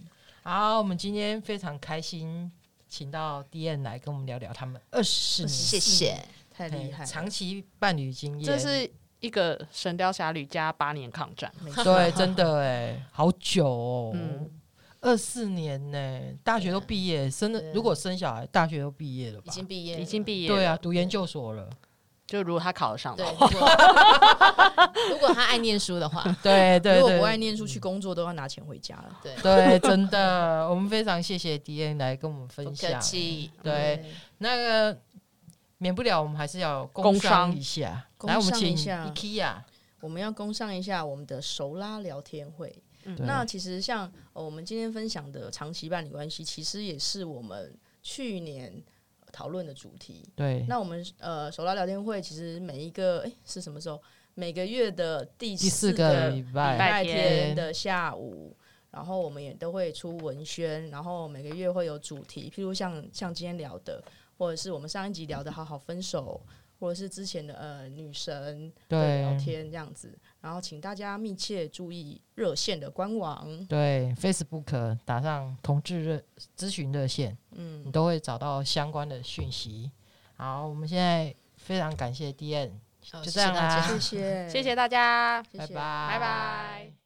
[SPEAKER 2] 好，我们今天非常开心，请到 D N 来跟我们聊聊他们二十年
[SPEAKER 6] 谢谢，
[SPEAKER 4] 太厉害
[SPEAKER 2] 哎
[SPEAKER 4] 了，
[SPEAKER 2] 长期伴侣经验，
[SPEAKER 5] 这是一个《神雕侠侣》加八年抗战，
[SPEAKER 4] 没错
[SPEAKER 2] 对，真的哎，好久哦，
[SPEAKER 5] 嗯
[SPEAKER 2] 二四年呢，大学都毕业，生
[SPEAKER 6] 对
[SPEAKER 2] 了
[SPEAKER 6] 啊
[SPEAKER 2] 如果生小孩，大学都毕业了
[SPEAKER 6] 已
[SPEAKER 2] 吧？
[SPEAKER 6] 经毕业了，
[SPEAKER 5] 已经毕业了
[SPEAKER 2] 对啊，，读研究所了，
[SPEAKER 5] 就如果他考得上的
[SPEAKER 6] 对。
[SPEAKER 5] 话，
[SPEAKER 6] 如果 如果他爱念书的话，
[SPEAKER 2] 对对
[SPEAKER 4] 如果
[SPEAKER 2] 对
[SPEAKER 4] 不爱念书去工作，都要拿钱回家了。
[SPEAKER 6] 对，
[SPEAKER 2] 对，真的，我们非常谢谢 D N 来跟我们
[SPEAKER 6] 不
[SPEAKER 2] 分
[SPEAKER 6] 客
[SPEAKER 2] 享，
[SPEAKER 6] 气。
[SPEAKER 2] 对，
[SPEAKER 4] 嗯，
[SPEAKER 2] 那个免不了我们还是要
[SPEAKER 5] 工
[SPEAKER 2] 商
[SPEAKER 5] 商
[SPEAKER 2] 一下，
[SPEAKER 4] 工
[SPEAKER 2] 来，我们
[SPEAKER 4] 商
[SPEAKER 2] 请
[SPEAKER 4] 一下
[SPEAKER 2] IKEA，
[SPEAKER 4] 我们要攻上一下我们的熟拉聊天会。
[SPEAKER 5] 对
[SPEAKER 4] 那其实像、呃、我们今天分享的长期伴侣关系，其实也是我们去年呃讨论的主题。
[SPEAKER 2] 对
[SPEAKER 4] 那我们呃手拉聊天会，其实每一个哎、是什么时候？每个月的第
[SPEAKER 2] 第四
[SPEAKER 4] 个
[SPEAKER 2] 个
[SPEAKER 5] 礼
[SPEAKER 2] 礼
[SPEAKER 5] 拜
[SPEAKER 2] 拜，
[SPEAKER 4] 拜
[SPEAKER 2] 天
[SPEAKER 4] 天的下午，然后我们也都会出文宣，然后每个月会有主题，譬如像像今天聊的，或者是我们上一集聊的好好分手，或者是之前的呃女神的聊
[SPEAKER 2] 对
[SPEAKER 4] 天这样子，然后请大家密切注意热线的官网，
[SPEAKER 2] 对，Facebook 打上同志热咨询热线，你
[SPEAKER 4] 嗯，
[SPEAKER 2] 都会找到相关的讯息。好，我们现在非常感谢 D N，
[SPEAKER 6] 好嗯谢
[SPEAKER 2] 就
[SPEAKER 6] 啊
[SPEAKER 2] 这
[SPEAKER 6] 谢
[SPEAKER 2] 样
[SPEAKER 6] 大家
[SPEAKER 2] 啦，
[SPEAKER 4] 谢谢，
[SPEAKER 5] 谢谢大家，
[SPEAKER 4] 谢
[SPEAKER 2] 拜拜，
[SPEAKER 4] 谢
[SPEAKER 5] 拜拜。